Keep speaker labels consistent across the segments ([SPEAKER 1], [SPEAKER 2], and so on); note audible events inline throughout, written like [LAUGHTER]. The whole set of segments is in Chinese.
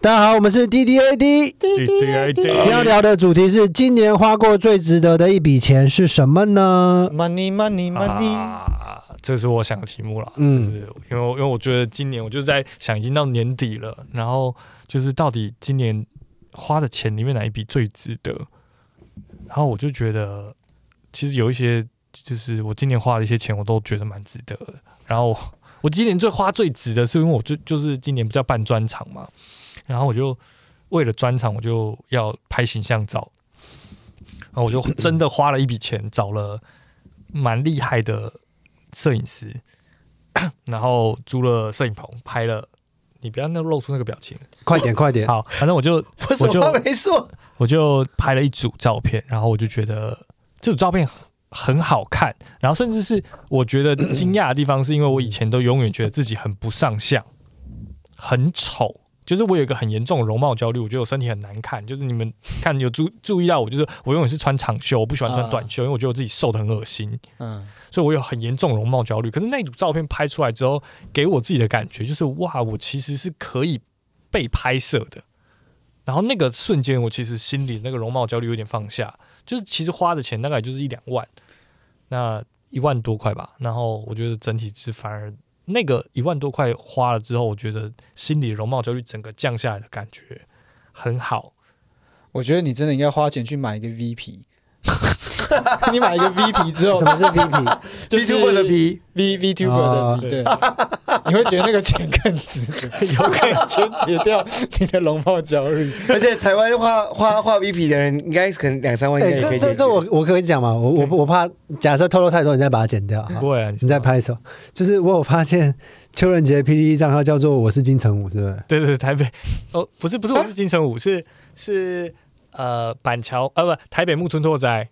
[SPEAKER 1] 大家好，我们是 D D A D，
[SPEAKER 2] 滴滴哎滴
[SPEAKER 1] 今天要聊的主题是今年花过最值得的一笔钱是什么呢？
[SPEAKER 2] ，money money money，
[SPEAKER 3] 啊，这是我想的题目啦。
[SPEAKER 1] 嗯
[SPEAKER 3] 嗯，因为我因为我觉得今年我就是在想，已经到年底了，然后就是到底今年花的钱里面哪一笔最值得？然后我就觉得，其实有一些就是我今年花的一些钱，我都觉得蛮值得的。然后我我今年最花最值的是因为我就就是今年不是要办专场嘛，然后我就为了专场我就要拍形象照，然后我就真的花了一笔钱找了蛮厉害的摄影师，然后租了摄影棚拍了。你不要那露出那个表情。
[SPEAKER 1] 快点，快点！
[SPEAKER 3] 好，反正我就
[SPEAKER 2] 为什
[SPEAKER 3] [LAUGHS] 我就
[SPEAKER 2] 么没说？
[SPEAKER 3] 我就拍了一组照片，然后我就觉得这组照片很好看，然后甚至是我觉得惊讶的地方，是因为我以前都永远觉得自己很不上相，很丑。就是我有一个很严重的容貌焦虑，我觉得我身体很难看。就是你们看有注注意到我，就是我永远是穿长袖，我不喜欢穿短袖，因为我觉得我自己瘦的很恶心。
[SPEAKER 2] 嗯，
[SPEAKER 3] 所以我有很严重容貌焦虑。可是那组照片拍出来之后，给我自己的感觉就是哇，我其实是可以被拍摄的。然后那个瞬间，我其实心里那个容貌焦虑有点放下，就是其实花的钱大概就是一两万，那一万多块吧。然后我觉得整体是反而那个一万多块花了之后，我觉得心里容貌焦虑整个降下来的感觉很好。
[SPEAKER 2] 我觉得你真的应该花钱去买一个 V 皮。你买一个 V 皮之后
[SPEAKER 1] 什，么是 V [LAUGHS] P？
[SPEAKER 2] 就是
[SPEAKER 4] Vtuber 的皮，
[SPEAKER 2] V VTuber 的皮，对，你会觉得那个钱更值得，有可以先解掉你的容貌焦虑。
[SPEAKER 4] 而且台湾画画画 V 皮的人，应该可能两三万应
[SPEAKER 1] 哎、
[SPEAKER 4] 该也可
[SPEAKER 1] 这
[SPEAKER 4] 以解
[SPEAKER 1] 这
[SPEAKER 4] 决。
[SPEAKER 1] 这我我可以讲吗？我我我怕假设透露太多，你再把它剪掉。好
[SPEAKER 3] 不会啊，
[SPEAKER 1] 你再拍手，就是我有发现邱仁杰 P D 账号叫做我是金城武，是不是？
[SPEAKER 3] 对对对，台北哦，不是不是，我是金城武，是是呃板桥呃不台北木村拓哉，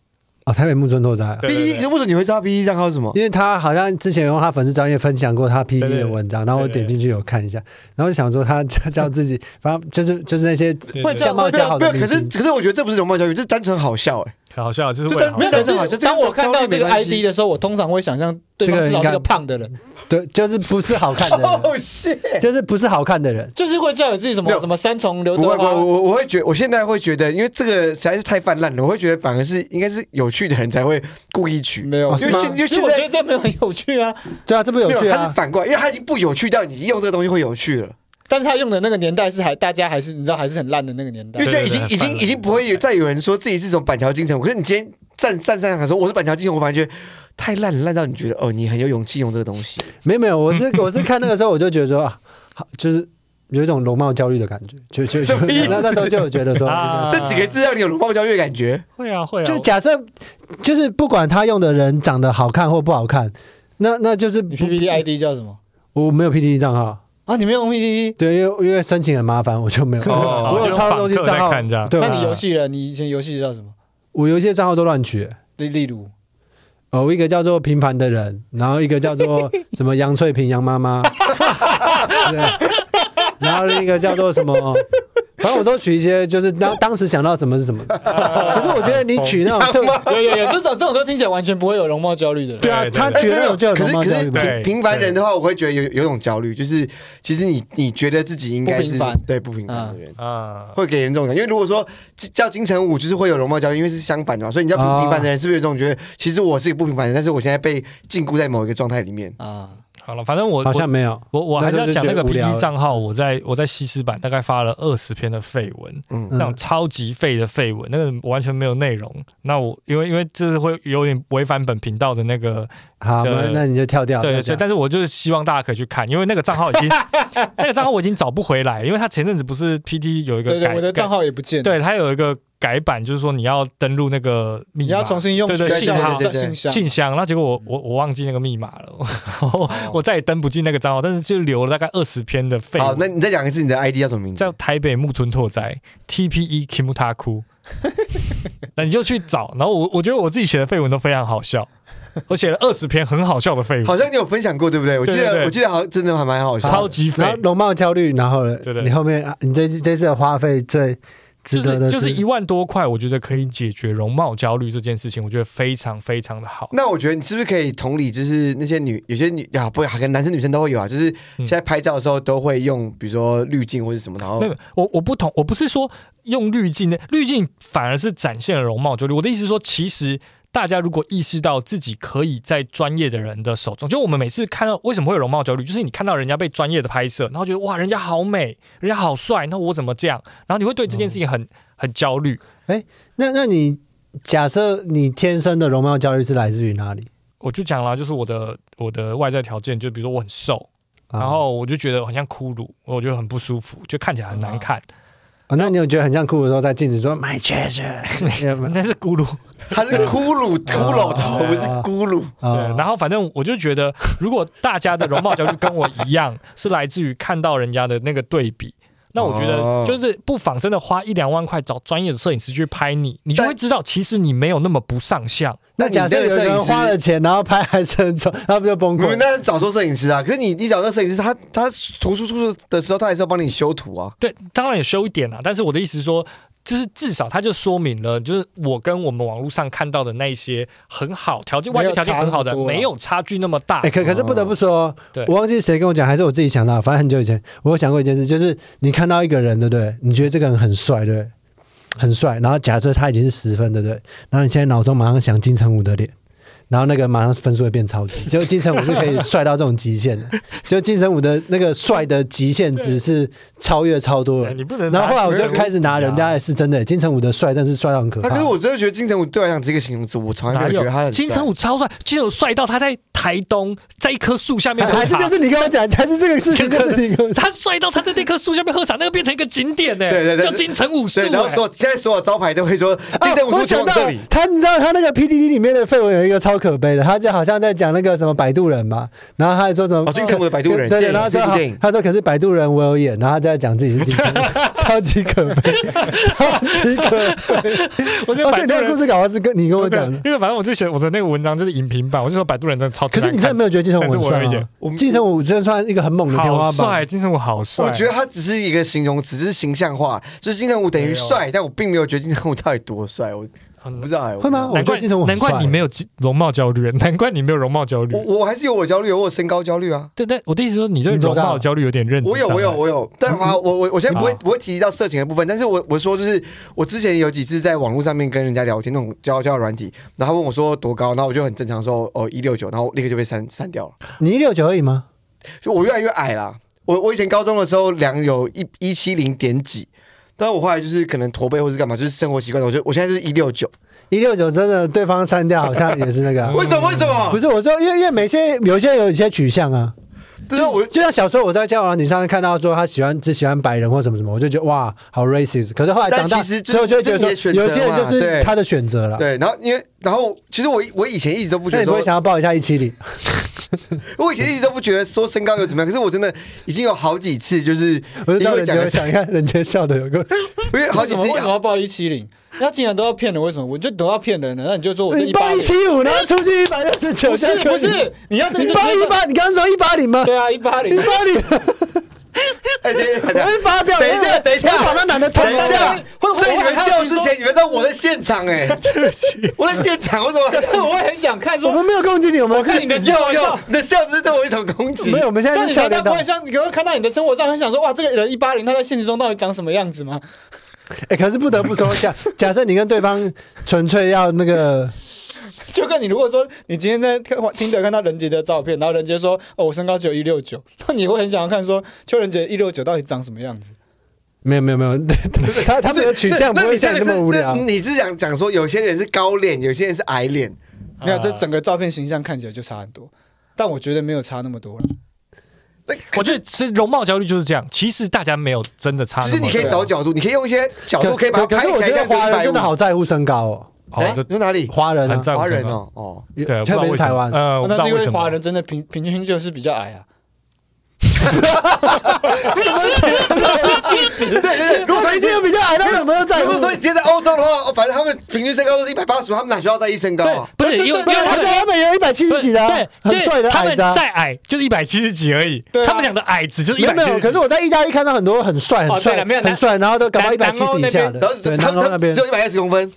[SPEAKER 1] 哦，台北木村拓哉。
[SPEAKER 3] 对
[SPEAKER 4] B
[SPEAKER 3] 对
[SPEAKER 4] E，
[SPEAKER 3] 对
[SPEAKER 4] 为什么你会知道 B E 账号是什么？
[SPEAKER 1] 因为他好像之前用他粉丝专业分享过他 P D
[SPEAKER 3] 对对
[SPEAKER 1] 的
[SPEAKER 3] 对
[SPEAKER 1] 文章，然后我
[SPEAKER 3] 对对
[SPEAKER 1] 点进去有看一下，然后就想说他叫叫自己，反正就是就是那些
[SPEAKER 3] 对
[SPEAKER 4] 会
[SPEAKER 3] 对
[SPEAKER 4] 这
[SPEAKER 1] 相
[SPEAKER 4] 样，
[SPEAKER 1] 貌
[SPEAKER 4] 没
[SPEAKER 1] 较好
[SPEAKER 4] 有
[SPEAKER 1] 的
[SPEAKER 4] 没有，
[SPEAKER 1] 明
[SPEAKER 4] 可是
[SPEAKER 1] 星。
[SPEAKER 4] 可是我觉得这不是容貌焦虑，这单纯好笑
[SPEAKER 1] [LAUGHS]
[SPEAKER 4] 哎。
[SPEAKER 3] 很好笑，就是
[SPEAKER 4] 就
[SPEAKER 3] 为
[SPEAKER 4] 是
[SPEAKER 3] 了好
[SPEAKER 2] 没有，
[SPEAKER 3] 笑
[SPEAKER 2] 可
[SPEAKER 4] 但是好
[SPEAKER 2] 是
[SPEAKER 4] 像这个
[SPEAKER 2] 当我看到这个
[SPEAKER 4] 没关系
[SPEAKER 2] ID 的时候，我通常会想象对方
[SPEAKER 1] 这个
[SPEAKER 2] 至少
[SPEAKER 1] 应该
[SPEAKER 2] 是个胖的人，
[SPEAKER 1] 对，就是不是好看的
[SPEAKER 4] [LAUGHS]
[SPEAKER 1] 人，
[SPEAKER 4] Oh, shit！
[SPEAKER 1] 就是不是好看的人。
[SPEAKER 2] 就是会叫有自己什
[SPEAKER 4] 没
[SPEAKER 2] 么
[SPEAKER 4] 有
[SPEAKER 2] 什么三重刘
[SPEAKER 4] 不会
[SPEAKER 2] 德
[SPEAKER 4] 不会，我
[SPEAKER 2] 华。
[SPEAKER 4] 我我会觉，我现在会觉得，因为这个实在是太泛滥了，我会觉得反而是应该是有趣的人才会故意取，
[SPEAKER 2] 没有
[SPEAKER 1] 哦
[SPEAKER 4] 因
[SPEAKER 1] 是
[SPEAKER 4] 为
[SPEAKER 1] 吗
[SPEAKER 4] 现因为
[SPEAKER 2] 其实
[SPEAKER 4] 现
[SPEAKER 2] 我觉
[SPEAKER 4] 在
[SPEAKER 2] 得这没有很有趣啊，
[SPEAKER 1] 对啊，这不有
[SPEAKER 4] 没
[SPEAKER 1] 趣
[SPEAKER 4] 有，它
[SPEAKER 1] 啊
[SPEAKER 4] 是！反过来，因为它已经不有趣到你用这个东西会有趣了，
[SPEAKER 2] 但是他用的那个年代是还大家还是你知道还是很烂的那个年代
[SPEAKER 4] 因为，现在已经
[SPEAKER 3] 对对对
[SPEAKER 4] 已
[SPEAKER 3] 泛
[SPEAKER 4] 经
[SPEAKER 3] 滥
[SPEAKER 4] 已经不会有再有人说自己是从板桥金城，可是你今天站站上来说我是板桥金城，我反而觉得太烂了，烂到你觉得哦，你很有勇气用这个东西。
[SPEAKER 1] 没有没有，我是我是看那个时候我就觉得说，啊，好，就是有一种容貌焦虑的感觉，就就就
[SPEAKER 4] 什么意思
[SPEAKER 1] 那那时候就有觉得说，
[SPEAKER 3] [LAUGHS] 啊
[SPEAKER 4] 这几个字让你有容貌焦虑的感觉，
[SPEAKER 3] 会啊会啊，
[SPEAKER 1] 就假设就是不管他用的人长得好看或不好看，那那就是
[SPEAKER 2] 你 PPT ID 叫什么
[SPEAKER 1] 我没有 P D 账号，
[SPEAKER 2] 啊？你没有 PPT，
[SPEAKER 1] 对，因为因为申请很麻烦，我就没有。
[SPEAKER 4] 哦
[SPEAKER 1] 我有超多东西
[SPEAKER 3] 就访
[SPEAKER 1] 账
[SPEAKER 3] 客在
[SPEAKER 1] 号
[SPEAKER 3] 看这样，
[SPEAKER 1] 对，啊
[SPEAKER 2] 那你游，戏了？你以前游戏叫什么？
[SPEAKER 1] 我有一些账号都乱取。
[SPEAKER 2] 例例如，
[SPEAKER 1] 哦，一个叫做平凡的人，然后一个叫做什么杨翠萍杨妈妈，对，然后另一个叫做什么，哦反正我都取一些，就是当当时想到什么是什么。
[SPEAKER 3] 啊
[SPEAKER 1] 可是我觉得你取那种特，
[SPEAKER 2] 有有有，这种这种就听起来完全不会有容貌焦虑的人。
[SPEAKER 1] 对啊，
[SPEAKER 3] 对对
[SPEAKER 1] 他
[SPEAKER 3] 对
[SPEAKER 1] 取
[SPEAKER 4] 哎没
[SPEAKER 1] 那
[SPEAKER 4] 有
[SPEAKER 1] 种就有
[SPEAKER 4] 可
[SPEAKER 1] 容
[SPEAKER 4] 是
[SPEAKER 1] 貌
[SPEAKER 4] 可
[SPEAKER 1] 焦
[SPEAKER 4] 是
[SPEAKER 1] 虑吧。
[SPEAKER 3] 对
[SPEAKER 4] 平平凡人的话，我会觉得有有种焦虑，就是其实你你觉得自己应该
[SPEAKER 2] 不
[SPEAKER 4] 是
[SPEAKER 2] 平凡
[SPEAKER 4] 对不平凡的人。
[SPEAKER 3] 啊，
[SPEAKER 4] 会给人这种感觉，因为如果说叫金城武，就是会有容貌焦虑，因为是相反的嘛，所以你叫平
[SPEAKER 1] 哦
[SPEAKER 4] 平凡的人，是不是有种觉得，其实我是一个不平凡的人，但是我现在被禁锢在某一个状态里面？
[SPEAKER 2] 啊，
[SPEAKER 3] 好了，反正我
[SPEAKER 1] 好像没有，
[SPEAKER 3] 我我我还是要讲那
[SPEAKER 1] 那就就觉
[SPEAKER 3] 个
[SPEAKER 1] 得无聊
[SPEAKER 3] PPT
[SPEAKER 1] 了
[SPEAKER 3] 账号，我在我在西施版大概发了二十篇的绯闻，
[SPEAKER 4] 嗯，
[SPEAKER 3] 那种超级废的绯闻，那个完全没有内容。那我因为因为这是会有点违反本频道的那个
[SPEAKER 1] 好，
[SPEAKER 3] 对
[SPEAKER 1] 那那你就跳
[SPEAKER 2] 啊
[SPEAKER 1] 掉。
[SPEAKER 3] 对对
[SPEAKER 1] 跳
[SPEAKER 3] 对，
[SPEAKER 1] 掉
[SPEAKER 3] 但是我就是希望大家可以去看，因为那个账号已
[SPEAKER 2] [LAUGHS]
[SPEAKER 3] 经那个账号我已经找不回来，因为他前阵子不是 PT 有一个
[SPEAKER 2] 对对，
[SPEAKER 3] 改
[SPEAKER 2] 我的账
[SPEAKER 3] 号，
[SPEAKER 2] 号也不见了，
[SPEAKER 3] 对他有一个改版，就是说你要登录那个密码，
[SPEAKER 2] 你要重新用
[SPEAKER 3] 对对
[SPEAKER 2] 学校
[SPEAKER 3] 信号
[SPEAKER 2] 的
[SPEAKER 4] 对对对
[SPEAKER 2] 信箱。
[SPEAKER 3] 信箱，那结果我我我忘记那个密码了， [LAUGHS]
[SPEAKER 2] 哦
[SPEAKER 3] 我我再也登不进那个账号，但是就留了大概二十篇的废
[SPEAKER 4] 好，
[SPEAKER 3] 文
[SPEAKER 4] 那你再讲一次你的 ID 叫什么名字？
[SPEAKER 3] 叫台北木村拓哉 T P E
[SPEAKER 2] [LAUGHS]
[SPEAKER 3] Kimutaku，那你就去找，然后我我觉得我自己写的废文都非常好笑，我写了二十篇很好笑的废文，
[SPEAKER 4] 好像你有分享过，对不对？我记
[SPEAKER 3] 嗯对对
[SPEAKER 4] 得
[SPEAKER 3] 对
[SPEAKER 4] 我记得好像真的还蛮好笑
[SPEAKER 3] 超
[SPEAKER 4] 的。
[SPEAKER 3] 级
[SPEAKER 1] 然
[SPEAKER 3] 废
[SPEAKER 1] 后，容貌焦虑，然后呢
[SPEAKER 3] 对对
[SPEAKER 1] 你后面啊你这次这次的花费最值得的
[SPEAKER 3] 就是就是一万多块，我觉得可以解决容貌焦虑这件事情，我觉得非常非常的好。
[SPEAKER 4] 那我觉得你是不是可以同理，就是那些女有些女啊，不，可能男生女生都会有啊，就是
[SPEAKER 3] 嗯
[SPEAKER 4] 现在拍照的时候都会用，比如说滤镜或者什么，
[SPEAKER 1] 哦
[SPEAKER 4] 然后
[SPEAKER 3] 没有，我我不同，我不是说用滤镜的，滤镜反而是展现了容貌焦虑。我的意思是说，其实大家如果意识到自己可以在专业的人的手中，就我们每次看到为什么会有容貌焦虑，就是你看到人家被专业的拍摄，然后觉得哇，人家好美，人家好帅，那我怎么这样？然后你会对这件事情很、很焦虑。
[SPEAKER 1] 那那你假设你天生的容貌焦虑是来自于哪里？
[SPEAKER 3] 我就讲了，就是我的我的外在条件，就比如说我很瘦，
[SPEAKER 1] 啊
[SPEAKER 3] 然后我就觉得很像骷髅，我觉得很不舒服，就看起来很难看。
[SPEAKER 1] 啊，那你有觉得很像酷的时候，在镜子说 “my [LAUGHS] treasure”，
[SPEAKER 3] 那是咕噜，
[SPEAKER 4] 它是骷
[SPEAKER 3] 啊
[SPEAKER 4] 髅骷髅头，不是骷髅。
[SPEAKER 1] 哦啊
[SPEAKER 3] 对，然后反正我就觉得，如果大家的容貌焦虑跟我一样，是来自于看到人家的那个对比，那我觉
[SPEAKER 4] 哦
[SPEAKER 3] 得就是不妨真的花一两万块找专业的摄影师去拍你，你就
[SPEAKER 4] 但
[SPEAKER 3] 会知道，其实你没有那么不上相。
[SPEAKER 1] 那假设有个人花了钱，然后拍还是很丑，他不就崩
[SPEAKER 4] 你
[SPEAKER 1] 溃
[SPEAKER 4] 们？那是找错摄影师啊！可是你你找那摄影师，他他图出出的时候，他还是要帮你修图啊。
[SPEAKER 3] 对，当然也修一点啦，啊但是我的意思是说。就是至少它就说明了，就是我跟我们网络上看到的那一些很好条件、
[SPEAKER 2] 没
[SPEAKER 3] 外
[SPEAKER 2] 有
[SPEAKER 3] 界条件很好的
[SPEAKER 2] 差那么，多啊
[SPEAKER 3] 没有差距那么大
[SPEAKER 1] 哎、。可可是不得不说，
[SPEAKER 3] 哦对
[SPEAKER 1] 我忘记谁跟我讲，还是我自己想到。反正很久以前，我有想过一件事，就是你看到一个人，对不对？你觉得这个人很帅，对不对？很帅，然后假设他已经是十分，对不对？然后你现在脑中马上想金城武的脸，然后那个马上分数会变超低。就金城武是可以帅到这种极限的，就金城武的那个帅的极限值是超越超多
[SPEAKER 3] 哎
[SPEAKER 1] 人。
[SPEAKER 3] 你不能拿。哎
[SPEAKER 1] 然后后来我就开始拿人家的是真的，金城武的帅，但是帅到很可
[SPEAKER 4] 他
[SPEAKER 1] 怕。
[SPEAKER 4] 啊可是我真的觉得金城武对我来讲只是一个形容词，我从来没
[SPEAKER 3] 啊哪
[SPEAKER 4] 有觉得他很帅。
[SPEAKER 3] 金城武超帅，金城武帅到他在台东，在一棵树下面喝
[SPEAKER 1] 哎还是
[SPEAKER 3] 茶，
[SPEAKER 1] 就是你跟我讲，还是这个事情就是你跟我讲。
[SPEAKER 3] 他帅到他在那棵树下面喝茶，那个变成一个景点呢、
[SPEAKER 4] 对对对
[SPEAKER 3] 叫金城武树、
[SPEAKER 4] 对，
[SPEAKER 3] 欸。
[SPEAKER 4] 然后所有现在所有招牌都会说
[SPEAKER 3] 啊
[SPEAKER 4] 金城武
[SPEAKER 1] 哦
[SPEAKER 4] 出
[SPEAKER 1] 我
[SPEAKER 4] 前
[SPEAKER 1] 想
[SPEAKER 4] 往
[SPEAKER 1] 到
[SPEAKER 4] 这里。
[SPEAKER 1] 他，你知道他那个 PDD 里面的绯闻有一个超可悲的，他就好像在讲那个什么摆渡人嘛，然后他还说什么
[SPEAKER 4] 哦金城武的摆渡人
[SPEAKER 1] 对对，
[SPEAKER 4] 电影
[SPEAKER 1] 然后说
[SPEAKER 4] 这部
[SPEAKER 1] 好
[SPEAKER 4] 电影
[SPEAKER 1] 他说可是摆渡人我有演，然后他在讲自己是金
[SPEAKER 4] [LAUGHS]
[SPEAKER 1] 城武，超级可悲，超级可悲。
[SPEAKER 3] 我觉
[SPEAKER 1] 而
[SPEAKER 3] 得
[SPEAKER 1] 且
[SPEAKER 3] 摆渡
[SPEAKER 1] 那个故
[SPEAKER 3] 人，
[SPEAKER 1] 事搞的是跟你跟我讲
[SPEAKER 4] [LAUGHS]
[SPEAKER 1] 的，
[SPEAKER 3] 因为反正我就写我的那个文章就是影评版，我就说摆渡人真的超级
[SPEAKER 1] 可
[SPEAKER 3] 难
[SPEAKER 1] 是
[SPEAKER 3] 看。
[SPEAKER 1] 你真的没有觉得金城武很帅
[SPEAKER 3] 但是我有一
[SPEAKER 1] 吗
[SPEAKER 3] 点？
[SPEAKER 4] 我们
[SPEAKER 1] 金城武真的算一个很猛的天花板
[SPEAKER 3] 好帅，。金城武好帅。
[SPEAKER 4] 我觉得他只是一个形容词，就是形象化，就是金城武等于帅，但我并没有觉得金城武到底多帅，我我不
[SPEAKER 3] 很
[SPEAKER 4] 知道哎、我
[SPEAKER 1] 会吗
[SPEAKER 3] 难
[SPEAKER 1] 我觉得
[SPEAKER 3] 怪
[SPEAKER 1] 金城武很
[SPEAKER 3] 难怪
[SPEAKER 1] 帅
[SPEAKER 3] 你没有肌容貌焦虑， [LAUGHS] 难怪你没有容貌焦虑
[SPEAKER 4] 我。我还是有我焦虑，我有身高焦虑啊，
[SPEAKER 3] 对对，我的意思是说，你对
[SPEAKER 1] 你多
[SPEAKER 3] 容
[SPEAKER 1] 大
[SPEAKER 3] 貌焦虑有点认知
[SPEAKER 4] 我有
[SPEAKER 3] 障碍
[SPEAKER 4] 我有我有，但啊我我我现在不会
[SPEAKER 3] 嗯
[SPEAKER 4] 不会提及到色情的部分，但是我我说就是我之前有几次在网络上面跟人家聊天那种交交友软体，然后他问我说多高，然后我就很正常说哦一六九，然后立刻就被删删掉了，
[SPEAKER 1] 你一六九而已吗？
[SPEAKER 4] 就我越来越矮啦。我我以前高中的时候量有一一七零点几，但我后来就是可能驼背或是干嘛，就是生活习惯，我就我现在就是一六九，
[SPEAKER 1] 一六九真的对方删掉好像也是那个
[SPEAKER 4] [LAUGHS]
[SPEAKER 1] 啊、
[SPEAKER 4] 为什么为什么？
[SPEAKER 1] 不是我说，因为因为每些有些人有一些取向啊。
[SPEAKER 4] 就是我
[SPEAKER 1] 就像小时候我在交友软件上看到说他喜欢只喜欢白人或什么什么，我就觉得哇好 racist。可是后来长大
[SPEAKER 4] 但其实这
[SPEAKER 1] 之后就会觉得
[SPEAKER 4] 这是
[SPEAKER 1] 说，
[SPEAKER 4] 你的
[SPEAKER 1] 有
[SPEAKER 4] 选择
[SPEAKER 1] 些人
[SPEAKER 4] 嘛
[SPEAKER 1] 就是
[SPEAKER 4] 对
[SPEAKER 1] 他的选择了。
[SPEAKER 4] 对，然后因为然后其实我我以前一直都不觉
[SPEAKER 1] 那
[SPEAKER 4] 得
[SPEAKER 1] 你不会想
[SPEAKER 4] 说，
[SPEAKER 1] 要抱一下一七零？
[SPEAKER 4] 我以前一直都不觉得说身高有怎么样，可是我真的已经有好几次就是
[SPEAKER 1] 我就知
[SPEAKER 4] 因
[SPEAKER 1] 道
[SPEAKER 4] 为
[SPEAKER 1] 人
[SPEAKER 4] 讲
[SPEAKER 1] 家
[SPEAKER 4] 的是，
[SPEAKER 1] 想看人家笑的有个，
[SPEAKER 4] [LAUGHS] 因为好
[SPEAKER 2] 为
[SPEAKER 4] 几
[SPEAKER 2] 什么为什么
[SPEAKER 4] 次
[SPEAKER 2] 要报一七零？那既然都要骗人，为什么我就都要骗人呢？那你就说我是
[SPEAKER 1] 你
[SPEAKER 2] 一八
[SPEAKER 1] 抱一
[SPEAKER 2] 零，
[SPEAKER 1] 七五，然后出去一百六十九，
[SPEAKER 2] 不是不是，你要这个
[SPEAKER 1] 你
[SPEAKER 2] 就
[SPEAKER 1] 抱
[SPEAKER 2] 直接
[SPEAKER 1] 一八，你刚刚说一八零吗？
[SPEAKER 2] 对啊，一八
[SPEAKER 1] 一
[SPEAKER 2] 零。
[SPEAKER 1] 八零，
[SPEAKER 4] 哎等一下
[SPEAKER 1] 我会发表。
[SPEAKER 4] 等一下等一下
[SPEAKER 1] 我把那男的捅
[SPEAKER 4] 等一下
[SPEAKER 1] 爆，
[SPEAKER 2] 会会
[SPEAKER 4] 在你们
[SPEAKER 2] 会
[SPEAKER 4] 笑之前，你们在我在现场哎，
[SPEAKER 1] [LAUGHS]
[SPEAKER 4] 我在现场，为什么？
[SPEAKER 2] 我也很想看
[SPEAKER 1] 我
[SPEAKER 2] 说，
[SPEAKER 1] 们没有攻击你，我们是
[SPEAKER 2] 看你的
[SPEAKER 4] 又又，你的笑只是对我一种攻击
[SPEAKER 1] 没。有，我们现在
[SPEAKER 2] 但
[SPEAKER 1] 是
[SPEAKER 2] 你
[SPEAKER 1] 笑
[SPEAKER 2] 难
[SPEAKER 1] 脸
[SPEAKER 2] 道
[SPEAKER 1] 党
[SPEAKER 2] 不会。像你刚刚看到你的生活上，很想说哇，这个人一八零，他在现实中到底长什么样子吗？
[SPEAKER 1] 哎，可是不得不说，假假设你跟对方纯粹要那个。
[SPEAKER 2] [LAUGHS] 就跟你如果说你今天在看听得看到任杰的照片，然后任杰说哦我身高只有一六九， [LAUGHS] 那你会很想要看说邱仁杰一六九到底长什么样子？
[SPEAKER 1] 没有没有没有，他他们的取向不
[SPEAKER 4] 那
[SPEAKER 1] 会
[SPEAKER 4] 你
[SPEAKER 1] 像
[SPEAKER 4] 这
[SPEAKER 1] 你
[SPEAKER 4] 个
[SPEAKER 1] 那
[SPEAKER 4] 是
[SPEAKER 1] 么无聊
[SPEAKER 4] 那。你是想讲说有些人是高脸，有些人是矮脸，
[SPEAKER 2] 没有，
[SPEAKER 3] 啊
[SPEAKER 2] 这整个照片形象看起来就差很多，但我觉得没有差那么多了。
[SPEAKER 4] 那
[SPEAKER 3] 我觉得其实容貌焦虑就是这样，其实大家没有真的差那
[SPEAKER 4] 只
[SPEAKER 3] 么
[SPEAKER 4] 是
[SPEAKER 3] 多。
[SPEAKER 4] 你可以找角度，你可以用一些角
[SPEAKER 1] 可
[SPEAKER 4] 度可以把它
[SPEAKER 1] 可
[SPEAKER 4] 拍
[SPEAKER 1] 是
[SPEAKER 4] 起
[SPEAKER 1] 我觉
[SPEAKER 4] 来，这
[SPEAKER 1] 得
[SPEAKER 4] 样就
[SPEAKER 1] 华
[SPEAKER 4] 是
[SPEAKER 1] 人
[SPEAKER 4] 150
[SPEAKER 1] 真的好在乎身高哦，
[SPEAKER 3] 好
[SPEAKER 4] 哎
[SPEAKER 3] 就
[SPEAKER 4] 你说哪里？
[SPEAKER 1] 华人啊
[SPEAKER 3] 很，在乎
[SPEAKER 4] 华人
[SPEAKER 3] 身高
[SPEAKER 4] 哦，哦， [LAUGHS]
[SPEAKER 3] 对，
[SPEAKER 1] 特别是台湾，
[SPEAKER 3] 呃，我不知
[SPEAKER 2] 哦那
[SPEAKER 3] 道
[SPEAKER 2] 是因
[SPEAKER 3] 为
[SPEAKER 2] 为
[SPEAKER 3] 什么
[SPEAKER 2] 华人真的平平均就是比较矮啊。
[SPEAKER 4] 对对对，如果说
[SPEAKER 1] 一
[SPEAKER 4] 一
[SPEAKER 1] 定 [LAUGHS]
[SPEAKER 4] 定
[SPEAKER 1] 比较矮，他们有没有在
[SPEAKER 4] 如
[SPEAKER 1] 乎
[SPEAKER 4] 果？说直接在欧洲的话，哦反正他们平均身高都是一百八十，他们哪需要在意身高
[SPEAKER 3] 对
[SPEAKER 4] 啊？，
[SPEAKER 3] 不是因为因为
[SPEAKER 2] 对
[SPEAKER 3] 他
[SPEAKER 5] 他
[SPEAKER 3] 们
[SPEAKER 5] 在他们也有一百七十几的啊，
[SPEAKER 3] 对，
[SPEAKER 5] 很
[SPEAKER 3] 对
[SPEAKER 5] 帅的
[SPEAKER 3] 他
[SPEAKER 5] 矮
[SPEAKER 3] 们
[SPEAKER 5] 子啊。
[SPEAKER 3] 再矮就是一百七十几而已
[SPEAKER 2] 对。啊
[SPEAKER 3] 他们两个矮子就是一
[SPEAKER 5] 没有
[SPEAKER 3] 百
[SPEAKER 5] 没有，可
[SPEAKER 3] 七
[SPEAKER 5] 是我在意大利看到很多很帅、
[SPEAKER 2] 哦
[SPEAKER 5] 很
[SPEAKER 2] 对
[SPEAKER 5] 帅
[SPEAKER 2] 了、没有
[SPEAKER 5] 很帅，然后都搞到一百
[SPEAKER 2] 南
[SPEAKER 5] 七
[SPEAKER 2] 南欧
[SPEAKER 5] 十以
[SPEAKER 2] 那
[SPEAKER 5] 下
[SPEAKER 2] 边
[SPEAKER 4] 然后
[SPEAKER 5] 的。对，
[SPEAKER 4] 他
[SPEAKER 1] 南
[SPEAKER 4] 们
[SPEAKER 1] 欧
[SPEAKER 4] 他
[SPEAKER 1] 那
[SPEAKER 4] 们
[SPEAKER 1] 边
[SPEAKER 4] 只有一百二十公分，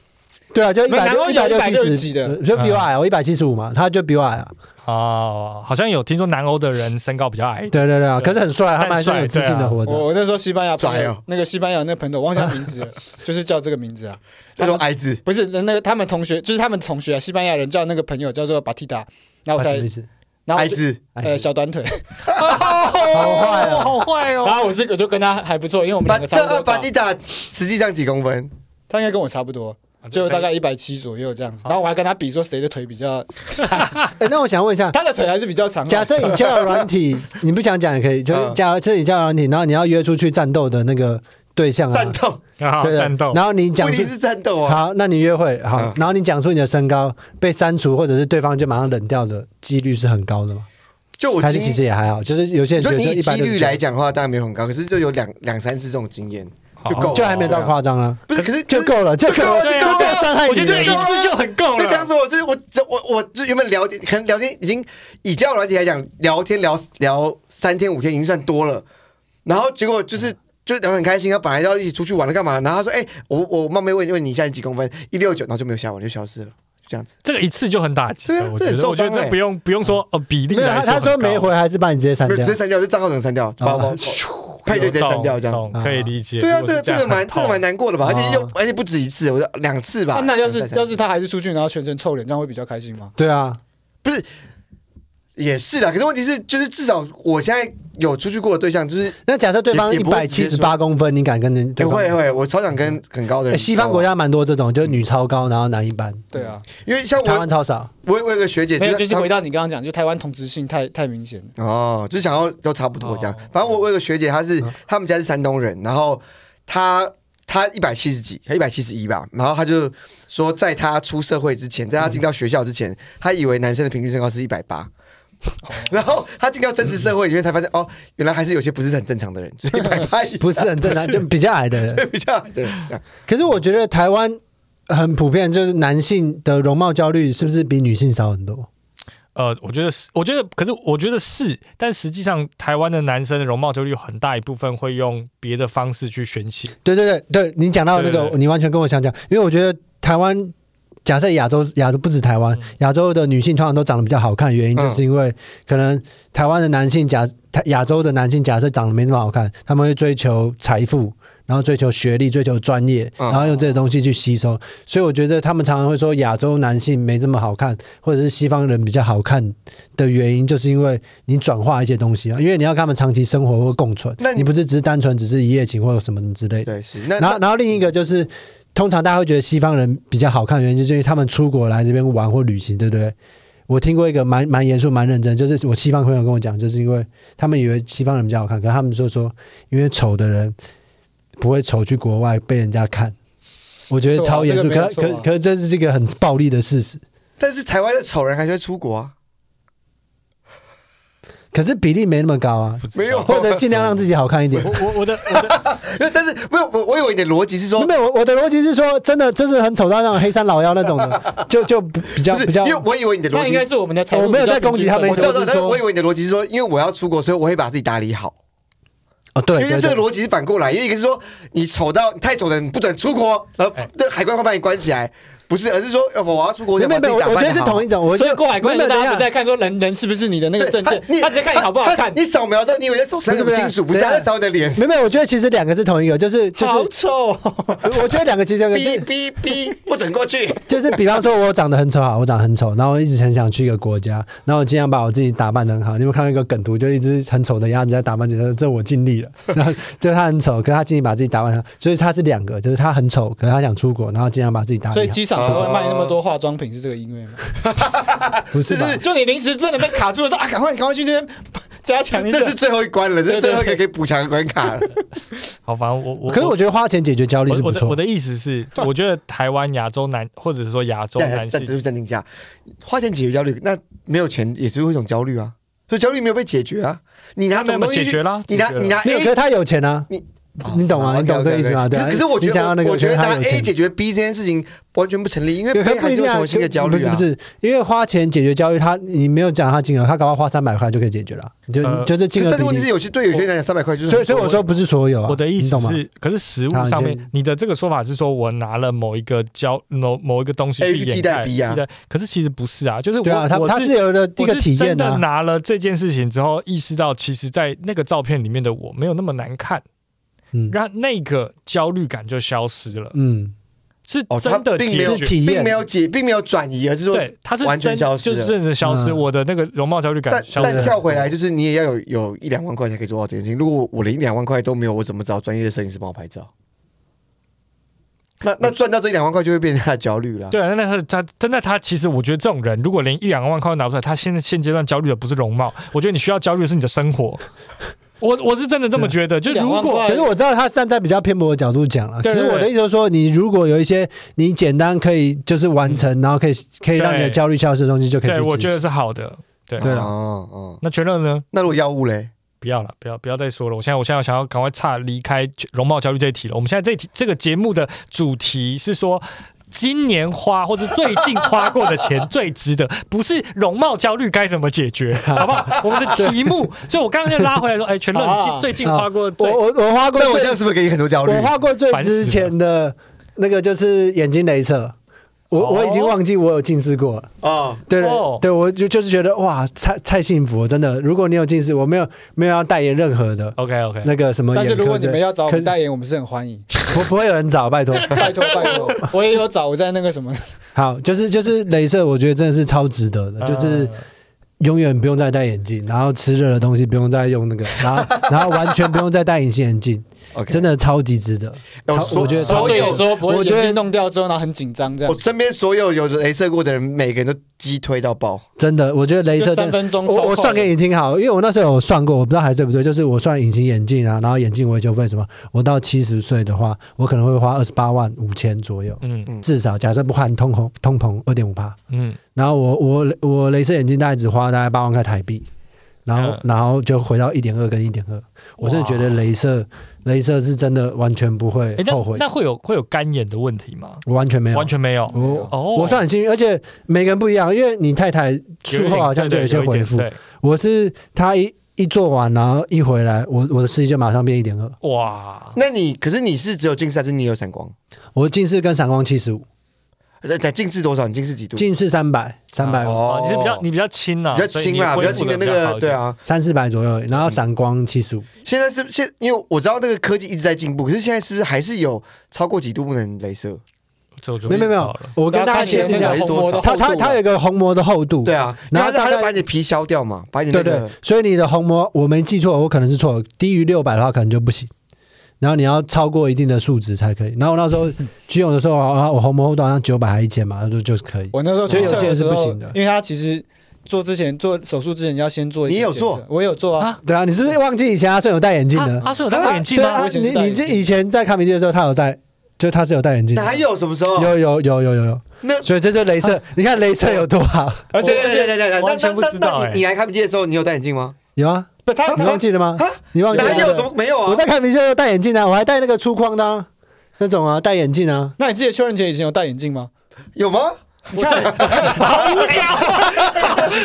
[SPEAKER 5] 对啊，就一
[SPEAKER 2] 没有
[SPEAKER 5] 百
[SPEAKER 2] 南欧
[SPEAKER 5] 一百
[SPEAKER 2] 有
[SPEAKER 5] 六
[SPEAKER 2] 160
[SPEAKER 5] 七
[SPEAKER 2] 几
[SPEAKER 5] 十
[SPEAKER 2] 的，
[SPEAKER 5] 就比我矮啊，我一百七十五嘛，他就比我矮啊。
[SPEAKER 3] 哦，好像有听说南欧的人身高比较矮，
[SPEAKER 1] 对对对啊，
[SPEAKER 3] 对
[SPEAKER 1] 可是很帅，他们还
[SPEAKER 3] 但
[SPEAKER 1] 是
[SPEAKER 3] 帅
[SPEAKER 1] 很有自信
[SPEAKER 3] 对
[SPEAKER 1] 的
[SPEAKER 3] 啊
[SPEAKER 1] 活
[SPEAKER 2] 我
[SPEAKER 1] 着。
[SPEAKER 2] 我那时候西班牙朋
[SPEAKER 4] 拽
[SPEAKER 2] 友
[SPEAKER 4] 哦，
[SPEAKER 2] 那个西班牙那朋友，我忘记他名字了，就是叫这个名字啊。
[SPEAKER 4] 这种矮子。
[SPEAKER 2] 不是那个他们同学，就是他们同学啊，西班牙人叫那个朋友叫做巴蒂达，然后我
[SPEAKER 1] 啊什
[SPEAKER 2] 才
[SPEAKER 1] 么意，思？
[SPEAKER 2] 然后
[SPEAKER 4] 矮
[SPEAKER 2] 我就
[SPEAKER 4] 子，
[SPEAKER 2] 呃小短腿，
[SPEAKER 3] 好
[SPEAKER 1] 坏哦
[SPEAKER 3] 好坏哦
[SPEAKER 2] 然。后我是我就跟他还不错，因为我们
[SPEAKER 4] 巴
[SPEAKER 2] 两个差不多
[SPEAKER 4] 那 [LAUGHS] 巴
[SPEAKER 2] 高，
[SPEAKER 4] 蒂达呃实际上几公分？
[SPEAKER 2] 他应该跟我差不多，
[SPEAKER 3] 啊
[SPEAKER 2] 就大概一百七左右这样子。然后我还跟他比说谁的腿比较，
[SPEAKER 1] 哎，那我想问一下，
[SPEAKER 2] 他的腿还是比较长。啊
[SPEAKER 1] 假设你交友软体，你不想讲也可以，就是
[SPEAKER 4] 嗯
[SPEAKER 1] 假设你交友软体，然后你要约出去战斗的那个对象啊
[SPEAKER 4] 战，斗，
[SPEAKER 3] 好
[SPEAKER 1] 对的
[SPEAKER 3] 战斗。
[SPEAKER 1] 然后你
[SPEAKER 4] 不
[SPEAKER 1] 讲
[SPEAKER 4] 一
[SPEAKER 1] 出
[SPEAKER 4] 定是战斗啊。
[SPEAKER 1] 好，那你约会好
[SPEAKER 4] 嗯，
[SPEAKER 1] 然后你讲出你的身高被删除，或者是对方就马上冷掉的几率是很高的吗？
[SPEAKER 4] 就我
[SPEAKER 1] 还是
[SPEAKER 4] 经
[SPEAKER 1] 其实也还好，就是有些人
[SPEAKER 4] 你
[SPEAKER 1] 觉
[SPEAKER 4] 说
[SPEAKER 1] 得
[SPEAKER 4] 你以
[SPEAKER 1] 一
[SPEAKER 4] 几
[SPEAKER 1] 般
[SPEAKER 4] 率来讲的话，当然没有很高，可是就有两两三次这种经验就够了，
[SPEAKER 1] 就还没到夸张啊，
[SPEAKER 4] 不是，可是
[SPEAKER 1] 就。够了，就够了，
[SPEAKER 4] 对
[SPEAKER 1] 哦就
[SPEAKER 4] 啊
[SPEAKER 1] 够了伤害
[SPEAKER 3] 我
[SPEAKER 1] 你
[SPEAKER 3] 觉
[SPEAKER 1] 了。
[SPEAKER 3] 得这一次就很够
[SPEAKER 4] 就这样
[SPEAKER 3] 了。
[SPEAKER 4] 子，我就是我这我我就原本聊天，可能聊天已经以交友软体来讲，聊天聊聊三天五天已经算多了，然后结果就是就是聊得很开心，他本来要一起出去玩了干嘛，然后他说，哎、我我冒昧问问你一下你几公分，一六九，然后就没有下文就消失了，就这样
[SPEAKER 1] 嗯
[SPEAKER 4] 子。
[SPEAKER 3] 这个一次就很打击
[SPEAKER 4] 对
[SPEAKER 3] 了，
[SPEAKER 4] 啊
[SPEAKER 3] 我
[SPEAKER 4] 这
[SPEAKER 3] 觉
[SPEAKER 4] 很
[SPEAKER 3] 得，
[SPEAKER 4] 受
[SPEAKER 3] 我觉得
[SPEAKER 4] 伤
[SPEAKER 3] 这
[SPEAKER 4] 欸
[SPEAKER 3] 不用不用说哦，比例
[SPEAKER 1] 没有，他
[SPEAKER 3] 来说
[SPEAKER 1] 他
[SPEAKER 3] 很
[SPEAKER 1] 说
[SPEAKER 3] 高
[SPEAKER 1] 没回，还是把你直接删
[SPEAKER 4] 没有
[SPEAKER 1] 掉
[SPEAKER 4] 直接。删掉，就账号整个删掉，把
[SPEAKER 1] 啊
[SPEAKER 4] [LAUGHS] 把配对直接删掉这样子。
[SPEAKER 3] 懂可以理解。
[SPEAKER 4] 对啊，
[SPEAKER 3] 如
[SPEAKER 4] 这
[SPEAKER 3] 果
[SPEAKER 4] 个
[SPEAKER 3] 是
[SPEAKER 4] 这
[SPEAKER 3] 样
[SPEAKER 4] 个蛮
[SPEAKER 3] 很
[SPEAKER 4] 这个蛮
[SPEAKER 3] 痛
[SPEAKER 4] 难过的吧，而且又
[SPEAKER 1] 啊
[SPEAKER 4] 而且不止一次，我两次吧。
[SPEAKER 2] 啊那要是
[SPEAKER 4] 两次
[SPEAKER 2] 要是他还是出去，然后全程臭脸，这样会比较开心吗？
[SPEAKER 1] 对啊，
[SPEAKER 4] 也是啦，可是问题是，就是至少我现在有出去过的对象，就是
[SPEAKER 1] 那假设对方
[SPEAKER 4] 也
[SPEAKER 1] 一
[SPEAKER 4] 也不
[SPEAKER 1] 百
[SPEAKER 4] 会
[SPEAKER 1] 七
[SPEAKER 4] 直
[SPEAKER 1] 十
[SPEAKER 4] 接
[SPEAKER 1] 八
[SPEAKER 4] 说
[SPEAKER 1] 公分，你敢跟人对
[SPEAKER 4] 也
[SPEAKER 1] 方？
[SPEAKER 4] 会会，我超想跟很高的
[SPEAKER 1] 哎
[SPEAKER 4] 人。
[SPEAKER 1] 西方国家蛮多这种，就是女超高，
[SPEAKER 4] 嗯
[SPEAKER 1] 然后男一般。
[SPEAKER 2] 对啊，
[SPEAKER 4] 因为像
[SPEAKER 1] 台
[SPEAKER 4] 我，
[SPEAKER 1] 湾超少。
[SPEAKER 4] 我有我有个学姐，
[SPEAKER 2] 没有，就是
[SPEAKER 4] 她
[SPEAKER 2] 回到你刚刚讲，就台湾同质性太太明显了。
[SPEAKER 4] 哦，就想要都差不多这样
[SPEAKER 3] 哦。
[SPEAKER 4] 反正我我有个学姐，她是
[SPEAKER 1] 嗯
[SPEAKER 4] 他们家是山东人，然后她她一百七十几，她一百七十一吧，然后她就说，在她出社会之前，在
[SPEAKER 1] 嗯
[SPEAKER 4] 她进到学校之前，她以为男生的平均身高是一百八。 [LAUGHS] 然后她进到真实社会里面，才发现哦，原来还是有些不是很正常的人，就是一百
[SPEAKER 1] [LAUGHS]
[SPEAKER 4] 八以
[SPEAKER 1] 不是很
[SPEAKER 4] [LAUGHS]
[SPEAKER 1] 正常，就比较矮的人。
[SPEAKER 4] 比较矮的人这样。
[SPEAKER 1] 可是我觉得台湾很普遍，就是男性的容貌焦虑是不是比女性少很多？
[SPEAKER 3] 呃，我觉得是，我觉得，可是我觉得是，但实际上台湾的男生的容貌焦虑有很大一部分会用别的方式去宣泄。
[SPEAKER 1] 对对对对，你讲到那
[SPEAKER 3] 对
[SPEAKER 1] 个
[SPEAKER 3] 对，对
[SPEAKER 1] 你完全跟我想讲，因为我觉得台湾。假设亚洲亚洲不止台湾
[SPEAKER 3] 嗯，
[SPEAKER 1] 亚洲的女性通常都长得比较好看，原因
[SPEAKER 4] 嗯
[SPEAKER 1] 就是因为可能台湾的男性假台亚洲的男性假设长得没那么好看，他们会追求财富，然后追求学历，追求专业，
[SPEAKER 4] 嗯
[SPEAKER 1] 然后用这些东西去吸收。所以我觉得他们常常会说亚洲男性没这么好看，或者是西方人比较好看的原因，就是因为你转化一些东西啊，因为你要跟他们长期生活或共存，
[SPEAKER 4] 那你
[SPEAKER 1] 你不是只是单纯只是一夜情或者什么之类的。
[SPEAKER 4] 对，是那
[SPEAKER 1] 然
[SPEAKER 4] 那
[SPEAKER 1] 后，然后另一个就是，通常大家会觉得西方人比较好看，的原因就是因为他们出国来这边玩或旅行，对不对？我听过一个蛮蛮严肃、蛮认真，就是我西方朋友跟我讲，就是因为他们以为西方人比较好看，可是他们就说，因为丑的人不会丑去国外被人家看。我觉得
[SPEAKER 2] 错啊
[SPEAKER 1] 超严肃，
[SPEAKER 2] 这个没有
[SPEAKER 1] 可
[SPEAKER 2] 错啊
[SPEAKER 1] 可可是这是这个很暴力的事实。
[SPEAKER 4] 啊但是台湾的丑人还是会出国啊， [LAUGHS]
[SPEAKER 1] 可是比例没那么高啊，
[SPEAKER 4] 没有
[SPEAKER 1] 或者尽量让自己好看一点
[SPEAKER 3] 我。我我的我的
[SPEAKER 4] 但是没有我我以为你的逻辑是说
[SPEAKER 1] 没有，我我的逻辑是说，真的，真是很丑到那种黑山老妖那种的，就就不比较
[SPEAKER 4] 不是，
[SPEAKER 1] 比较
[SPEAKER 4] 因为。我以为你的逻
[SPEAKER 2] 那应
[SPEAKER 4] 辑
[SPEAKER 2] 该是我们的财富
[SPEAKER 1] 我哦没有
[SPEAKER 2] 比较
[SPEAKER 1] 在攻击他们
[SPEAKER 4] 我
[SPEAKER 2] 平
[SPEAKER 4] 知
[SPEAKER 2] 均
[SPEAKER 1] 我
[SPEAKER 2] 分
[SPEAKER 4] 道，
[SPEAKER 1] 是
[SPEAKER 4] 但是
[SPEAKER 1] 说
[SPEAKER 4] 我以为你的逻辑是说，因为我要出国，所以我会把自己打理好。
[SPEAKER 1] 哦，对，
[SPEAKER 4] 因为
[SPEAKER 1] 对
[SPEAKER 4] 这个
[SPEAKER 1] 对
[SPEAKER 4] 逻辑是反过来，因为一个是说你丑到你太丑的人不准出国，然后那海关会把你关起来，不是，而是说呃我要出国，我
[SPEAKER 1] 没有
[SPEAKER 4] 想把
[SPEAKER 1] 没
[SPEAKER 4] 自
[SPEAKER 1] 有，我
[SPEAKER 4] 己打扮
[SPEAKER 1] 我觉得
[SPEAKER 4] 得
[SPEAKER 1] 是
[SPEAKER 4] 好
[SPEAKER 1] 同一种。我
[SPEAKER 2] 我
[SPEAKER 1] 觉
[SPEAKER 2] 所以
[SPEAKER 1] 得
[SPEAKER 2] 过海关
[SPEAKER 1] 没
[SPEAKER 2] 的
[SPEAKER 1] 有
[SPEAKER 2] 大
[SPEAKER 1] 等一
[SPEAKER 2] 家
[SPEAKER 1] 下
[SPEAKER 2] 只在看说人人是不是你的那个
[SPEAKER 4] 对
[SPEAKER 2] 证件，
[SPEAKER 4] 你
[SPEAKER 2] 他只是看你好不好看
[SPEAKER 4] 他。你扫描之后，你以为在扫
[SPEAKER 1] 不
[SPEAKER 4] 什
[SPEAKER 1] 是
[SPEAKER 4] 么金属，
[SPEAKER 1] 不
[SPEAKER 4] 不
[SPEAKER 1] 是
[SPEAKER 4] 是啊
[SPEAKER 1] 等一下
[SPEAKER 4] 他在扫你的脸，
[SPEAKER 1] 没有没有，我觉得其实两个是同一个，就是就
[SPEAKER 2] 好
[SPEAKER 1] 是，
[SPEAKER 2] 丑哦，
[SPEAKER 1] 我觉得两个其实就
[SPEAKER 4] 哔
[SPEAKER 1] 是
[SPEAKER 4] 哔哔，不准过去。
[SPEAKER 1] 就是，比方说我长得很丑啊，我长得很丑，然后我一直很想去一个国家，然后我尽量把我自己打扮得很好。你有没有看到一个梗图，就一只很丑的鸭子在打扮自己，这我尽力了。然后就是他很丑，可是他尽力把自己打扮好，所以他是两个，就是他很丑，可是他想出国，然后尽量把自己打
[SPEAKER 2] [LAUGHS] 所以
[SPEAKER 1] 扮好。哦
[SPEAKER 2] 机场才会卖那么多化妆品，是这个因为吗？
[SPEAKER 1] 不是吧？
[SPEAKER 2] 就你临时不能被卡住了，说啊，赶快赶快去这边 [LAUGHS] 加强一下
[SPEAKER 4] 这。是最后一关了，这
[SPEAKER 2] 对对
[SPEAKER 4] 是最后一个可以补强的关卡了。
[SPEAKER 3] 好，反正我我
[SPEAKER 1] 可是我觉得花钱解决焦虑
[SPEAKER 3] 我
[SPEAKER 1] 是不
[SPEAKER 3] 我的
[SPEAKER 1] 错
[SPEAKER 3] 我。的意思是，我觉得台湾亚洲男或者是说亚洲
[SPEAKER 4] 但
[SPEAKER 3] 男
[SPEAKER 4] 但
[SPEAKER 3] 性，
[SPEAKER 4] 就是暂停一下，花钱解决焦虑，那没有钱也是会一种焦虑啊，所以焦虑没有被解决啊。你拿什
[SPEAKER 3] 那
[SPEAKER 4] 么
[SPEAKER 3] 么
[SPEAKER 4] 东
[SPEAKER 3] 解
[SPEAKER 4] 西去
[SPEAKER 3] 决？啦？
[SPEAKER 4] 你拿
[SPEAKER 3] 解决了
[SPEAKER 4] 你拿
[SPEAKER 1] 没有，可
[SPEAKER 4] A
[SPEAKER 1] 是他有钱啊。你懂吗？你懂这个意思吗？对
[SPEAKER 4] 可
[SPEAKER 1] 啊，
[SPEAKER 4] 是可是我觉
[SPEAKER 1] 你想
[SPEAKER 4] 得
[SPEAKER 1] 要那
[SPEAKER 4] 我，
[SPEAKER 1] 个
[SPEAKER 4] 我觉得
[SPEAKER 1] 权
[SPEAKER 4] 拿
[SPEAKER 1] 他有
[SPEAKER 4] A
[SPEAKER 1] 钱
[SPEAKER 4] 解决 B 这件事情完全不成立，因为
[SPEAKER 1] 对
[SPEAKER 4] B
[SPEAKER 1] 可不
[SPEAKER 4] 还
[SPEAKER 1] 一
[SPEAKER 4] 是
[SPEAKER 1] 定
[SPEAKER 4] 会
[SPEAKER 1] 啊
[SPEAKER 4] 重新的焦
[SPEAKER 1] 不
[SPEAKER 4] 虑
[SPEAKER 1] 是
[SPEAKER 4] 啊
[SPEAKER 1] 不。是，因为花钱解决焦虑，他你没有讲他金额，他搞不好花三百块就可以解决了，你就
[SPEAKER 3] 呃
[SPEAKER 1] 你就是金额
[SPEAKER 4] 但是
[SPEAKER 1] 比
[SPEAKER 4] 问题是，
[SPEAKER 1] 例。
[SPEAKER 4] 有些对有些人来讲，三百块就是
[SPEAKER 1] 所
[SPEAKER 4] 很多
[SPEAKER 1] 以所以我说不是所有啊，
[SPEAKER 3] 我的意
[SPEAKER 1] 你
[SPEAKER 3] 思
[SPEAKER 1] 懂吗？
[SPEAKER 3] 是，可是实物
[SPEAKER 6] 好
[SPEAKER 3] 上
[SPEAKER 6] 你先
[SPEAKER 3] 面，你的这个说法是说我拿了某一个交某某一个东西
[SPEAKER 4] A
[SPEAKER 3] 去掩
[SPEAKER 4] 替代
[SPEAKER 3] 盖
[SPEAKER 4] B 啊
[SPEAKER 3] 替代可是其实不是啊，就是我
[SPEAKER 1] 对啊，他
[SPEAKER 3] 我
[SPEAKER 1] 他
[SPEAKER 3] 是
[SPEAKER 1] 是有的一
[SPEAKER 3] 我
[SPEAKER 1] 个
[SPEAKER 3] 是
[SPEAKER 1] 体验
[SPEAKER 3] 真的
[SPEAKER 1] 啊，
[SPEAKER 3] 拿了这件事情之后，意识到其实，在那个照片里面的我没有那么难看，
[SPEAKER 6] 嗯
[SPEAKER 3] 让那个焦虑感就消失了，
[SPEAKER 6] 嗯，
[SPEAKER 3] 是
[SPEAKER 4] 哦他
[SPEAKER 3] 真的
[SPEAKER 4] 并
[SPEAKER 3] 解
[SPEAKER 4] 没有
[SPEAKER 3] 决。
[SPEAKER 1] 是体
[SPEAKER 4] 并
[SPEAKER 1] 验
[SPEAKER 4] 没。有解，并没有转移，而是说
[SPEAKER 3] 对，它是
[SPEAKER 4] 完全
[SPEAKER 3] 真
[SPEAKER 4] 消失
[SPEAKER 3] 就
[SPEAKER 4] 了
[SPEAKER 3] 是真的消失。
[SPEAKER 6] 嗯
[SPEAKER 3] 我的那个容貌焦虑感
[SPEAKER 4] 但
[SPEAKER 3] 消失
[SPEAKER 4] 但
[SPEAKER 3] 了。
[SPEAKER 4] 跳回来，就是你也要有有一两万块才可以做到这件事情。如果我连一两万块都没有，我怎么找专业的摄影师帮我拍照？那那赚到这一两万块就会变成他的焦虑了。
[SPEAKER 3] 对啊，那他他，但那他其实，我觉得这种人，如果连一两万块都拿不出来，他现在现阶段焦虑的不是容貌，我觉得你需要焦虑的是你的生活。 [LAUGHS] 我我是真的这
[SPEAKER 1] 啊
[SPEAKER 3] 么觉得，就如
[SPEAKER 2] 两万
[SPEAKER 3] 果
[SPEAKER 2] 块
[SPEAKER 1] 可是我知道他站在比较偏颇的角度讲了，只
[SPEAKER 3] 对对
[SPEAKER 1] 是
[SPEAKER 3] 对
[SPEAKER 1] 我的意思就是说，你如果有一些你简单可以就是完成，然后可以可以让你的
[SPEAKER 3] 对
[SPEAKER 1] 焦虑消失的东西，就可以去
[SPEAKER 3] 嗯对，
[SPEAKER 1] 执行。
[SPEAKER 3] 我觉得是好的。对，啊
[SPEAKER 1] 对啊了
[SPEAKER 4] 哦哦，
[SPEAKER 3] 那全乐呢？
[SPEAKER 4] 那如果药物嘞？
[SPEAKER 3] 不要了，不要不要再说了。我现在我现在想要赶快岔离开容貌焦虑这一题了。我们现在这一题这个节目的主题是说。今年花或者最近花过的钱 [LAUGHS] 最值得，不是容貌焦虑该怎么解决，好不好？我们的
[SPEAKER 1] [LAUGHS]
[SPEAKER 3] 题目，所以我刚刚就拉回来说，哎，全乐，你
[SPEAKER 2] 啊
[SPEAKER 3] 近最近花过
[SPEAKER 1] 我
[SPEAKER 3] 最
[SPEAKER 1] 我我花过
[SPEAKER 4] 那我这
[SPEAKER 1] 最
[SPEAKER 4] 样是不是给你很多焦虑？
[SPEAKER 1] 我花过最
[SPEAKER 3] 烦死
[SPEAKER 1] 之前的那个就是眼睛镭射，我、
[SPEAKER 3] 哦
[SPEAKER 1] 我已经忘记我有近视过了。
[SPEAKER 4] 哦，
[SPEAKER 1] 对对、
[SPEAKER 3] 哦
[SPEAKER 1] 对，我就就是觉得哇，太太幸福了，真的。如果你有近视，我没有没有要代言任何的
[SPEAKER 3] OK OK，
[SPEAKER 1] 那个什么眼
[SPEAKER 2] 但
[SPEAKER 1] 科之
[SPEAKER 2] 是
[SPEAKER 1] 类的，
[SPEAKER 2] 如果你们要找我
[SPEAKER 1] 可
[SPEAKER 2] 们
[SPEAKER 1] 是
[SPEAKER 2] 代言，我们是很欢迎，
[SPEAKER 1] 不不会有人找，拜
[SPEAKER 2] [LAUGHS]
[SPEAKER 1] 托。
[SPEAKER 2] 拜托拜托。我也有找，我在那个什么，
[SPEAKER 1] 好，就是就是镭射，我觉得真的是超值得
[SPEAKER 3] 嗯
[SPEAKER 1] 的，就是永远不用再戴眼镜，然后吃热的东西不用再用那个，然后然后完全不用再戴隐形眼镜，
[SPEAKER 4] OK
[SPEAKER 1] 真的超级值得。
[SPEAKER 4] 哎
[SPEAKER 1] 超
[SPEAKER 4] 所
[SPEAKER 1] 我觉得超
[SPEAKER 4] 所
[SPEAKER 2] 所以
[SPEAKER 4] 有
[SPEAKER 2] 说不
[SPEAKER 1] 我
[SPEAKER 2] 会
[SPEAKER 1] 觉得
[SPEAKER 2] 眼睛弄掉之后，然后很紧张这样
[SPEAKER 4] 我，身边所有有镭射过的人，每个人都击推到爆。
[SPEAKER 1] 真的，我觉得镭射
[SPEAKER 2] 就
[SPEAKER 1] 真
[SPEAKER 2] 三
[SPEAKER 1] 的
[SPEAKER 2] 分钟超
[SPEAKER 1] 我
[SPEAKER 2] 快。
[SPEAKER 1] 我算给你听好，因为我那时候有算过，我不知道还对不对，就是我算隐形眼镜啊，然后眼镜维修费什么，我到七十岁的话，我可能会花二十八万五千左右，
[SPEAKER 3] 嗯嗯
[SPEAKER 1] 至少假设不含通膨通膨二点五帕，
[SPEAKER 3] 嗯，
[SPEAKER 1] 然后我我我镭射眼镜大概只花大概八万块台币，然后、
[SPEAKER 3] 嗯
[SPEAKER 1] 然后就回到一点二跟一点二，我真的觉得镭射镭射是真的完全不会
[SPEAKER 3] 诶那
[SPEAKER 1] 后悔，
[SPEAKER 3] 那会有会有干眼的问题吗？
[SPEAKER 1] 我完全没有，
[SPEAKER 3] 完全没有。
[SPEAKER 1] 我。
[SPEAKER 3] 哦，
[SPEAKER 1] 我算很幸运，而且每个人不一样，因为你太太
[SPEAKER 3] 有一
[SPEAKER 1] 术
[SPEAKER 3] 点
[SPEAKER 1] 后好像就有一些
[SPEAKER 3] 对对
[SPEAKER 1] 回
[SPEAKER 3] 一
[SPEAKER 1] 复，
[SPEAKER 3] 点
[SPEAKER 1] 我是他一一做完，然后一回来，我我的视力就马上变一点二，
[SPEAKER 3] 对，哇，
[SPEAKER 4] 那你可是你是只有近视，还是你有散光？
[SPEAKER 1] 我近视跟散光七十五，
[SPEAKER 4] 呃近视多少？你近视几度？
[SPEAKER 1] 近视三百三百
[SPEAKER 3] 啊
[SPEAKER 1] 五
[SPEAKER 4] 哦
[SPEAKER 3] 你是比较你比较轻啊，
[SPEAKER 4] 比较
[SPEAKER 3] 所以
[SPEAKER 4] 轻啦，
[SPEAKER 3] 你
[SPEAKER 4] 比
[SPEAKER 3] 恢
[SPEAKER 4] 较
[SPEAKER 3] 复
[SPEAKER 4] 轻
[SPEAKER 3] 得
[SPEAKER 4] 的那
[SPEAKER 3] 比较好
[SPEAKER 4] 个，
[SPEAKER 3] 一
[SPEAKER 4] 对
[SPEAKER 3] 点，
[SPEAKER 4] 啊。
[SPEAKER 1] 三四百左右而已，然后散光七十五，
[SPEAKER 4] 现在是现，因为我知道那个科技一直在进步，可是现在是不是还是有超过几度不能镭射？
[SPEAKER 3] 就就
[SPEAKER 4] 嗯
[SPEAKER 1] 没有没有没有，我跟大家
[SPEAKER 2] 大
[SPEAKER 1] 解
[SPEAKER 2] 家
[SPEAKER 1] 释一
[SPEAKER 2] 啊看
[SPEAKER 1] 下
[SPEAKER 2] 那
[SPEAKER 4] 还，是
[SPEAKER 2] 个
[SPEAKER 4] 多
[SPEAKER 2] 虹膜
[SPEAKER 4] 少
[SPEAKER 2] 的
[SPEAKER 1] 它
[SPEAKER 2] 厚
[SPEAKER 1] 它
[SPEAKER 2] 度
[SPEAKER 1] 它有一个虹膜的厚度，
[SPEAKER 4] 啊对啊，
[SPEAKER 1] 然
[SPEAKER 4] 然
[SPEAKER 1] 后
[SPEAKER 4] 后它
[SPEAKER 1] 大
[SPEAKER 4] 就
[SPEAKER 1] 概
[SPEAKER 4] 把你的皮削掉嘛，把你
[SPEAKER 1] 对
[SPEAKER 4] 那
[SPEAKER 1] 对
[SPEAKER 4] 个，
[SPEAKER 1] 所以你的虹膜我没记错，我可能是错了，低于六百的话可能就不行。然后你要超过一定的数值才可以。然后我那时候
[SPEAKER 4] [LAUGHS]
[SPEAKER 1] 举泳的时候，然后我虹膜厚度好像九百还一千嘛，然后就就是可以。
[SPEAKER 2] 我那时候
[SPEAKER 1] 所以
[SPEAKER 2] 注
[SPEAKER 1] 有
[SPEAKER 2] 射
[SPEAKER 1] 些人
[SPEAKER 2] 的
[SPEAKER 1] 是
[SPEAKER 2] 时
[SPEAKER 1] 不
[SPEAKER 2] 候
[SPEAKER 1] 行的，
[SPEAKER 2] 因为他其实做之前做手术之前要先做一个
[SPEAKER 4] 你也有
[SPEAKER 2] 检测，
[SPEAKER 4] 做
[SPEAKER 2] 我也有做啊
[SPEAKER 3] 啊，
[SPEAKER 1] 对啊，你是不是忘记以前阿顺有戴眼镜的？
[SPEAKER 3] 他他是有戴过眼镜
[SPEAKER 1] 对
[SPEAKER 3] 吗？
[SPEAKER 1] 啊，
[SPEAKER 2] 我以前是戴
[SPEAKER 1] 你你
[SPEAKER 2] 眼
[SPEAKER 1] 这
[SPEAKER 2] 镜
[SPEAKER 1] 以前在看明镜的时候，他有戴，就他是有戴眼镜的。
[SPEAKER 4] 哪有什啊么时候？
[SPEAKER 1] 有有有有有有，
[SPEAKER 4] 那
[SPEAKER 1] 所以这就是镭射。你看镭射有多好？
[SPEAKER 2] 而且
[SPEAKER 4] 对对对对对，
[SPEAKER 3] 完全
[SPEAKER 4] 那那
[SPEAKER 3] 不知道
[SPEAKER 4] 那
[SPEAKER 3] 哎
[SPEAKER 4] 你你来看不见的时候，你有戴眼镜吗？
[SPEAKER 1] 有啊，
[SPEAKER 2] 不他
[SPEAKER 1] 你
[SPEAKER 2] 他
[SPEAKER 1] 忘记了吗？你忘记了？
[SPEAKER 4] 啊哪有什么没有
[SPEAKER 1] 哦我
[SPEAKER 4] 啊？
[SPEAKER 1] 在看明镜的时候戴眼镜啊，我还戴那个粗框的啊那种啊，戴眼镜啊。
[SPEAKER 2] 那你记得邱仁杰以前有戴眼镜吗？
[SPEAKER 4] 有吗？
[SPEAKER 2] 你看，
[SPEAKER 3] 好无聊，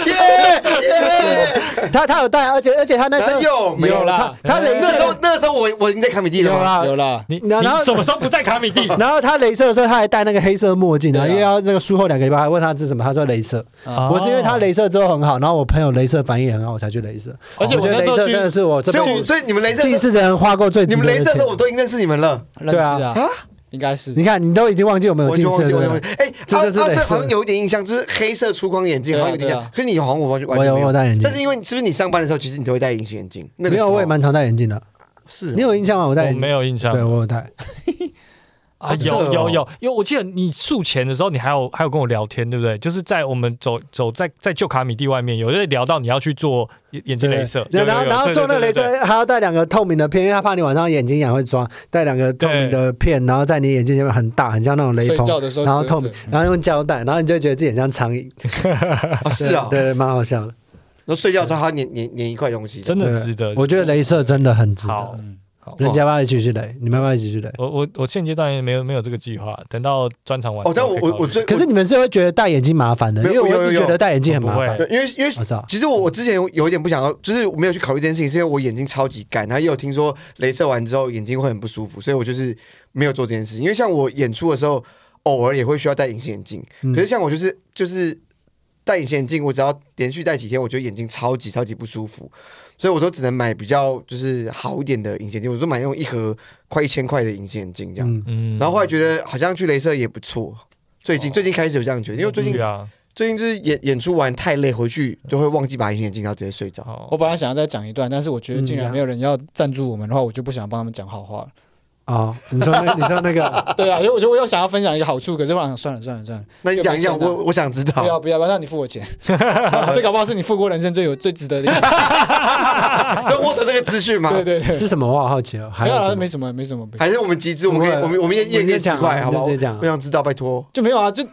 [SPEAKER 4] 耶耶！
[SPEAKER 1] [LAUGHS] 他他有戴，而且而且他那时
[SPEAKER 4] 哪
[SPEAKER 1] 候
[SPEAKER 4] 有没有
[SPEAKER 2] 有？啦
[SPEAKER 1] 他镭
[SPEAKER 4] 那时
[SPEAKER 1] 射
[SPEAKER 4] 候那时候我我已经在卡米蒂了
[SPEAKER 1] 有
[SPEAKER 4] 吗？
[SPEAKER 1] 啊
[SPEAKER 2] 有啦，
[SPEAKER 3] 你
[SPEAKER 1] 然后
[SPEAKER 3] 你什么时候不在卡米蒂？
[SPEAKER 1] 然后他镭射的时候，他还戴那个黑色墨镜啊，
[SPEAKER 2] 对啊
[SPEAKER 1] 因为要那个术后两个礼拜，还问他是什么，他说镭射。
[SPEAKER 4] 哦
[SPEAKER 3] 啊
[SPEAKER 1] 我是因为他镭射之后很好，然后我朋友镭射反应也很好，我才去镭射。
[SPEAKER 2] 而且
[SPEAKER 1] 哦我
[SPEAKER 2] 我
[SPEAKER 1] 觉得
[SPEAKER 2] 那
[SPEAKER 1] 镭
[SPEAKER 2] 时候
[SPEAKER 1] 射
[SPEAKER 2] 去
[SPEAKER 1] 真的是我这
[SPEAKER 4] 所以我
[SPEAKER 1] 辈子
[SPEAKER 4] 所以你们镭射
[SPEAKER 1] 近
[SPEAKER 4] 的时
[SPEAKER 1] 视
[SPEAKER 4] 候，
[SPEAKER 1] 的人花过最值
[SPEAKER 4] 你
[SPEAKER 1] 得
[SPEAKER 4] 们镭射
[SPEAKER 1] 的
[SPEAKER 4] 的时
[SPEAKER 1] 钱。
[SPEAKER 4] 候，我都已经认识你们了。
[SPEAKER 2] 认识
[SPEAKER 1] 对
[SPEAKER 2] 啊
[SPEAKER 4] 啊，
[SPEAKER 2] 应该是
[SPEAKER 1] 你看，你都已经忘记我们有
[SPEAKER 4] 我
[SPEAKER 1] 近
[SPEAKER 4] 就忘
[SPEAKER 1] 视
[SPEAKER 4] 记，我就
[SPEAKER 1] 了
[SPEAKER 4] 忘。记。哎，
[SPEAKER 1] 这
[SPEAKER 4] 阿阿
[SPEAKER 1] 就是
[SPEAKER 4] 帅
[SPEAKER 1] 镭射
[SPEAKER 4] 好像有一点印象，就是黑色粗框眼镜，
[SPEAKER 2] 对啊
[SPEAKER 4] 好像有点
[SPEAKER 2] 对
[SPEAKER 4] 印象
[SPEAKER 2] 啊。
[SPEAKER 4] 可是你好像我完全完
[SPEAKER 1] 我
[SPEAKER 4] 全
[SPEAKER 1] 有
[SPEAKER 4] 没
[SPEAKER 1] 我有戴眼镜
[SPEAKER 4] 但，是因为你是不是你上班的时候，其实你都会戴隐形眼镜？那个
[SPEAKER 1] 没
[SPEAKER 4] 时
[SPEAKER 1] 有，
[SPEAKER 4] 候
[SPEAKER 1] 我也蛮常戴眼镜的。
[SPEAKER 4] 是哦。
[SPEAKER 1] 你有印象吗？我戴
[SPEAKER 3] 我
[SPEAKER 1] 眼
[SPEAKER 3] 没
[SPEAKER 1] 镜，
[SPEAKER 3] 有印象
[SPEAKER 1] 对我有戴。
[SPEAKER 3] 啊，
[SPEAKER 4] 好扯哦
[SPEAKER 3] 有有有，因为我记得你术前的时候，你还有还有跟我聊天，对不对？就是在我们走走在在旧卡米蒂外面，有在聊到你要去做眼眼睛
[SPEAKER 1] 对
[SPEAKER 3] 镭射，有有有
[SPEAKER 1] 然后然后
[SPEAKER 3] 对对
[SPEAKER 1] 做那
[SPEAKER 3] 对
[SPEAKER 1] 个
[SPEAKER 3] 对
[SPEAKER 1] 镭
[SPEAKER 3] 对
[SPEAKER 1] 射还要戴两个透明的片，因为他怕你晚上眼睛痒会抓，戴两个透明的片，然后在你眼睛前面很大，很像那种雷
[SPEAKER 2] 睡
[SPEAKER 1] 朋。
[SPEAKER 2] 觉的时候
[SPEAKER 1] 然后
[SPEAKER 2] 遮着
[SPEAKER 1] 透明，然后用胶带，然后你就觉得自己很像苍蝇，
[SPEAKER 4] 啊，是啊。
[SPEAKER 1] 对，蛮好笑的。
[SPEAKER 4] 然后睡觉的时候还要粘粘粘一块东西。
[SPEAKER 3] 真的
[SPEAKER 1] 对
[SPEAKER 3] 值得。
[SPEAKER 1] 我觉得镭射真的很值得
[SPEAKER 2] 嗯
[SPEAKER 3] 好。好，
[SPEAKER 5] 人家要不要一起去垒？你们要不要一起去垒？
[SPEAKER 3] 我我我现阶段也没有没有这个计划，等到专场完
[SPEAKER 4] 哦，
[SPEAKER 3] 之
[SPEAKER 4] 但
[SPEAKER 3] 后
[SPEAKER 4] 我
[SPEAKER 3] 可以考虑。
[SPEAKER 4] 我我最
[SPEAKER 5] 可是你们是会觉得戴眼镜麻烦的，因
[SPEAKER 4] 没
[SPEAKER 5] 为
[SPEAKER 4] 有
[SPEAKER 5] 我
[SPEAKER 4] 有
[SPEAKER 5] 一
[SPEAKER 4] 有
[SPEAKER 5] 直
[SPEAKER 4] 有
[SPEAKER 5] 觉得戴眼镜很麻
[SPEAKER 3] 我
[SPEAKER 5] 烦
[SPEAKER 3] 不。
[SPEAKER 4] 因为因为
[SPEAKER 5] 我操，
[SPEAKER 4] 其实我我之前有一点不想要，就是我没有去考虑这件事情，是因为我眼睛超级干，然后也有听说镭射完之后眼睛会很不舒服，所以我就是没有做这件事情。因为像我演出的时候，偶尔也会需要戴隐形眼镜，
[SPEAKER 5] 嗯
[SPEAKER 4] 可是像我就是就是戴隐形眼镜，我只要连续戴几天，我觉得眼睛超级超级不舒服，所以我都只能买比较就是好一点的隐形眼镜，我都买那种一盒快一千块的隐形眼镜这样。
[SPEAKER 5] 嗯
[SPEAKER 3] 嗯
[SPEAKER 4] 然后后来觉得好像去镭射也不错，最
[SPEAKER 5] 哦
[SPEAKER 4] 近、最近开始有这样觉得，因为最近
[SPEAKER 3] 对啊，
[SPEAKER 4] 最近就是演演出完太累，回去都会忘记把隐形眼镜，然后直接睡
[SPEAKER 5] 哦
[SPEAKER 4] 着。
[SPEAKER 3] 好
[SPEAKER 2] 我本来想要再讲一段，但是我觉得
[SPEAKER 1] 嗯
[SPEAKER 2] 竟然没有人要赞助我们的话，我就不想帮他们讲好话了。
[SPEAKER 5] 哦，你说
[SPEAKER 4] [LAUGHS]
[SPEAKER 5] 那你说那个，
[SPEAKER 2] [LAUGHS] 对啊，因为我觉得我又想要分享一个好处，可是我想算了算了算了，
[SPEAKER 4] 那你讲一讲，
[SPEAKER 2] 有没有
[SPEAKER 4] 我我想知
[SPEAKER 2] 不
[SPEAKER 5] 啊
[SPEAKER 2] 要
[SPEAKER 4] 道。
[SPEAKER 2] 不要不要，让你付
[SPEAKER 5] [LAUGHS]
[SPEAKER 2] 我钱，这搞不好是你付过人生最有最值得的一次。
[SPEAKER 4] 能获得这个资讯吗？
[SPEAKER 2] 对对对，
[SPEAKER 5] 是什么？我好好奇哦。还
[SPEAKER 2] 没有
[SPEAKER 5] 有
[SPEAKER 2] 啦，
[SPEAKER 5] 什么
[SPEAKER 2] 没什么没什么，
[SPEAKER 4] 还是我们集啊资，我们可
[SPEAKER 5] 不
[SPEAKER 4] 以，
[SPEAKER 5] 会
[SPEAKER 4] 我们我们也
[SPEAKER 5] 你就
[SPEAKER 4] 也可以十
[SPEAKER 5] 讲啊
[SPEAKER 4] 块，好不好？
[SPEAKER 5] 你就直接讲啊
[SPEAKER 4] 我想知道，拜托。
[SPEAKER 2] 就没有啊。就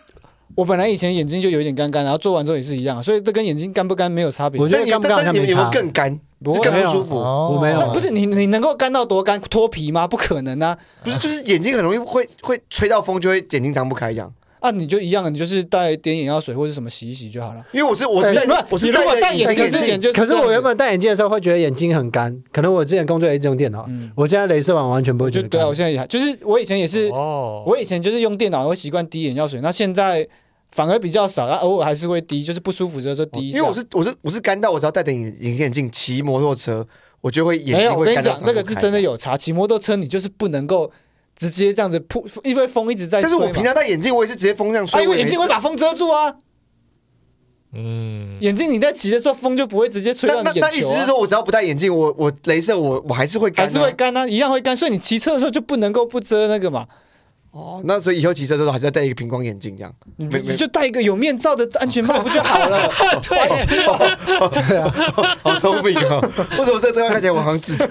[SPEAKER 2] 我本来以前眼睛就有一点干干，然后做完之后也是一样，啊所以这跟眼睛干不干没有差别
[SPEAKER 5] 我。觉
[SPEAKER 4] 但
[SPEAKER 5] 得
[SPEAKER 4] 你
[SPEAKER 5] 干不干好
[SPEAKER 4] 但
[SPEAKER 5] 像
[SPEAKER 4] 你们
[SPEAKER 5] 没
[SPEAKER 4] 有没
[SPEAKER 5] 差
[SPEAKER 4] 有。更干？
[SPEAKER 2] 不
[SPEAKER 4] 就
[SPEAKER 2] 会
[SPEAKER 4] 更
[SPEAKER 5] 没有
[SPEAKER 4] 不舒服？
[SPEAKER 3] 哦
[SPEAKER 5] 我没有啊
[SPEAKER 2] 那不是你你能够干到多干脱皮吗？不可能啊！
[SPEAKER 4] 不是，就是眼睛很容易会会吹到风，就会眼睛张不开这样。
[SPEAKER 2] 啊，你就一样，你就是带点眼药水或者什么洗一洗就好了。
[SPEAKER 4] 因为我是我
[SPEAKER 2] 你
[SPEAKER 4] 是戴
[SPEAKER 2] 如果
[SPEAKER 4] 我是
[SPEAKER 2] 你如果戴眼镜
[SPEAKER 4] 镜
[SPEAKER 2] 之前就
[SPEAKER 5] 可是我原
[SPEAKER 2] 本
[SPEAKER 5] 本戴眼镜的时候会觉得眼睛很干，可能我之前工作也一直用电脑，
[SPEAKER 2] 嗯，
[SPEAKER 5] 我现在镭射完完全不
[SPEAKER 2] 我
[SPEAKER 5] 会
[SPEAKER 2] 就
[SPEAKER 5] 觉得
[SPEAKER 2] 对啊，
[SPEAKER 5] 干
[SPEAKER 2] 我。现在也还就是我以前也是，
[SPEAKER 3] 哦，
[SPEAKER 2] 我以前就是用电脑会习惯滴眼药水，那现在反而比较少，但偶尔还是会滴，就是不舒服的时候滴一下。
[SPEAKER 4] 哦因为我是我是我是干到我只要戴着隐隐形眼镜骑摩托车，我就会眼
[SPEAKER 2] 没有，
[SPEAKER 4] 睛
[SPEAKER 2] 我
[SPEAKER 4] 会
[SPEAKER 2] 跟你
[SPEAKER 4] 干到
[SPEAKER 2] 讲
[SPEAKER 4] 张，不开。
[SPEAKER 2] 那个是真的有差。骑摩托车你就是不能够直接这样子扑，因为风一直在
[SPEAKER 4] 但
[SPEAKER 2] 吹
[SPEAKER 4] 是
[SPEAKER 2] 嘛。
[SPEAKER 4] 我平常戴眼镜，我也是直接风这样
[SPEAKER 2] 啊，
[SPEAKER 4] 吹。
[SPEAKER 2] 因
[SPEAKER 4] 我
[SPEAKER 2] 为
[SPEAKER 4] 也
[SPEAKER 2] 眼
[SPEAKER 4] 没
[SPEAKER 2] 睛会
[SPEAKER 4] 事
[SPEAKER 2] 把风遮住啊，
[SPEAKER 3] 嗯，
[SPEAKER 2] 眼睛你在骑的时候风就不会直接吹
[SPEAKER 4] 那
[SPEAKER 2] 到
[SPEAKER 4] 那
[SPEAKER 2] 你
[SPEAKER 4] 那
[SPEAKER 2] 眼
[SPEAKER 4] 意
[SPEAKER 2] 球、
[SPEAKER 4] 思是
[SPEAKER 2] 啊。
[SPEAKER 4] 说我只要不戴眼镜，我我镭射我我还是会干、
[SPEAKER 2] 还
[SPEAKER 4] 啊，
[SPEAKER 2] 是会干啊，一样会干，所以你骑车的时候就不能够不遮那个嘛，
[SPEAKER 4] 哦。那所以以后骑车的时候还是要戴一个平光眼
[SPEAKER 2] [LAUGHS]
[SPEAKER 4] 镜这样。
[SPEAKER 2] 你
[SPEAKER 4] 没没
[SPEAKER 2] 你就戴一个有面罩的安全帽不就好
[SPEAKER 4] [LAUGHS]
[SPEAKER 2] 了？对，
[SPEAKER 4] 啊好聪明
[SPEAKER 2] 啊
[SPEAKER 4] [LAUGHS] 哦！为什么这对话看起来我好像智障？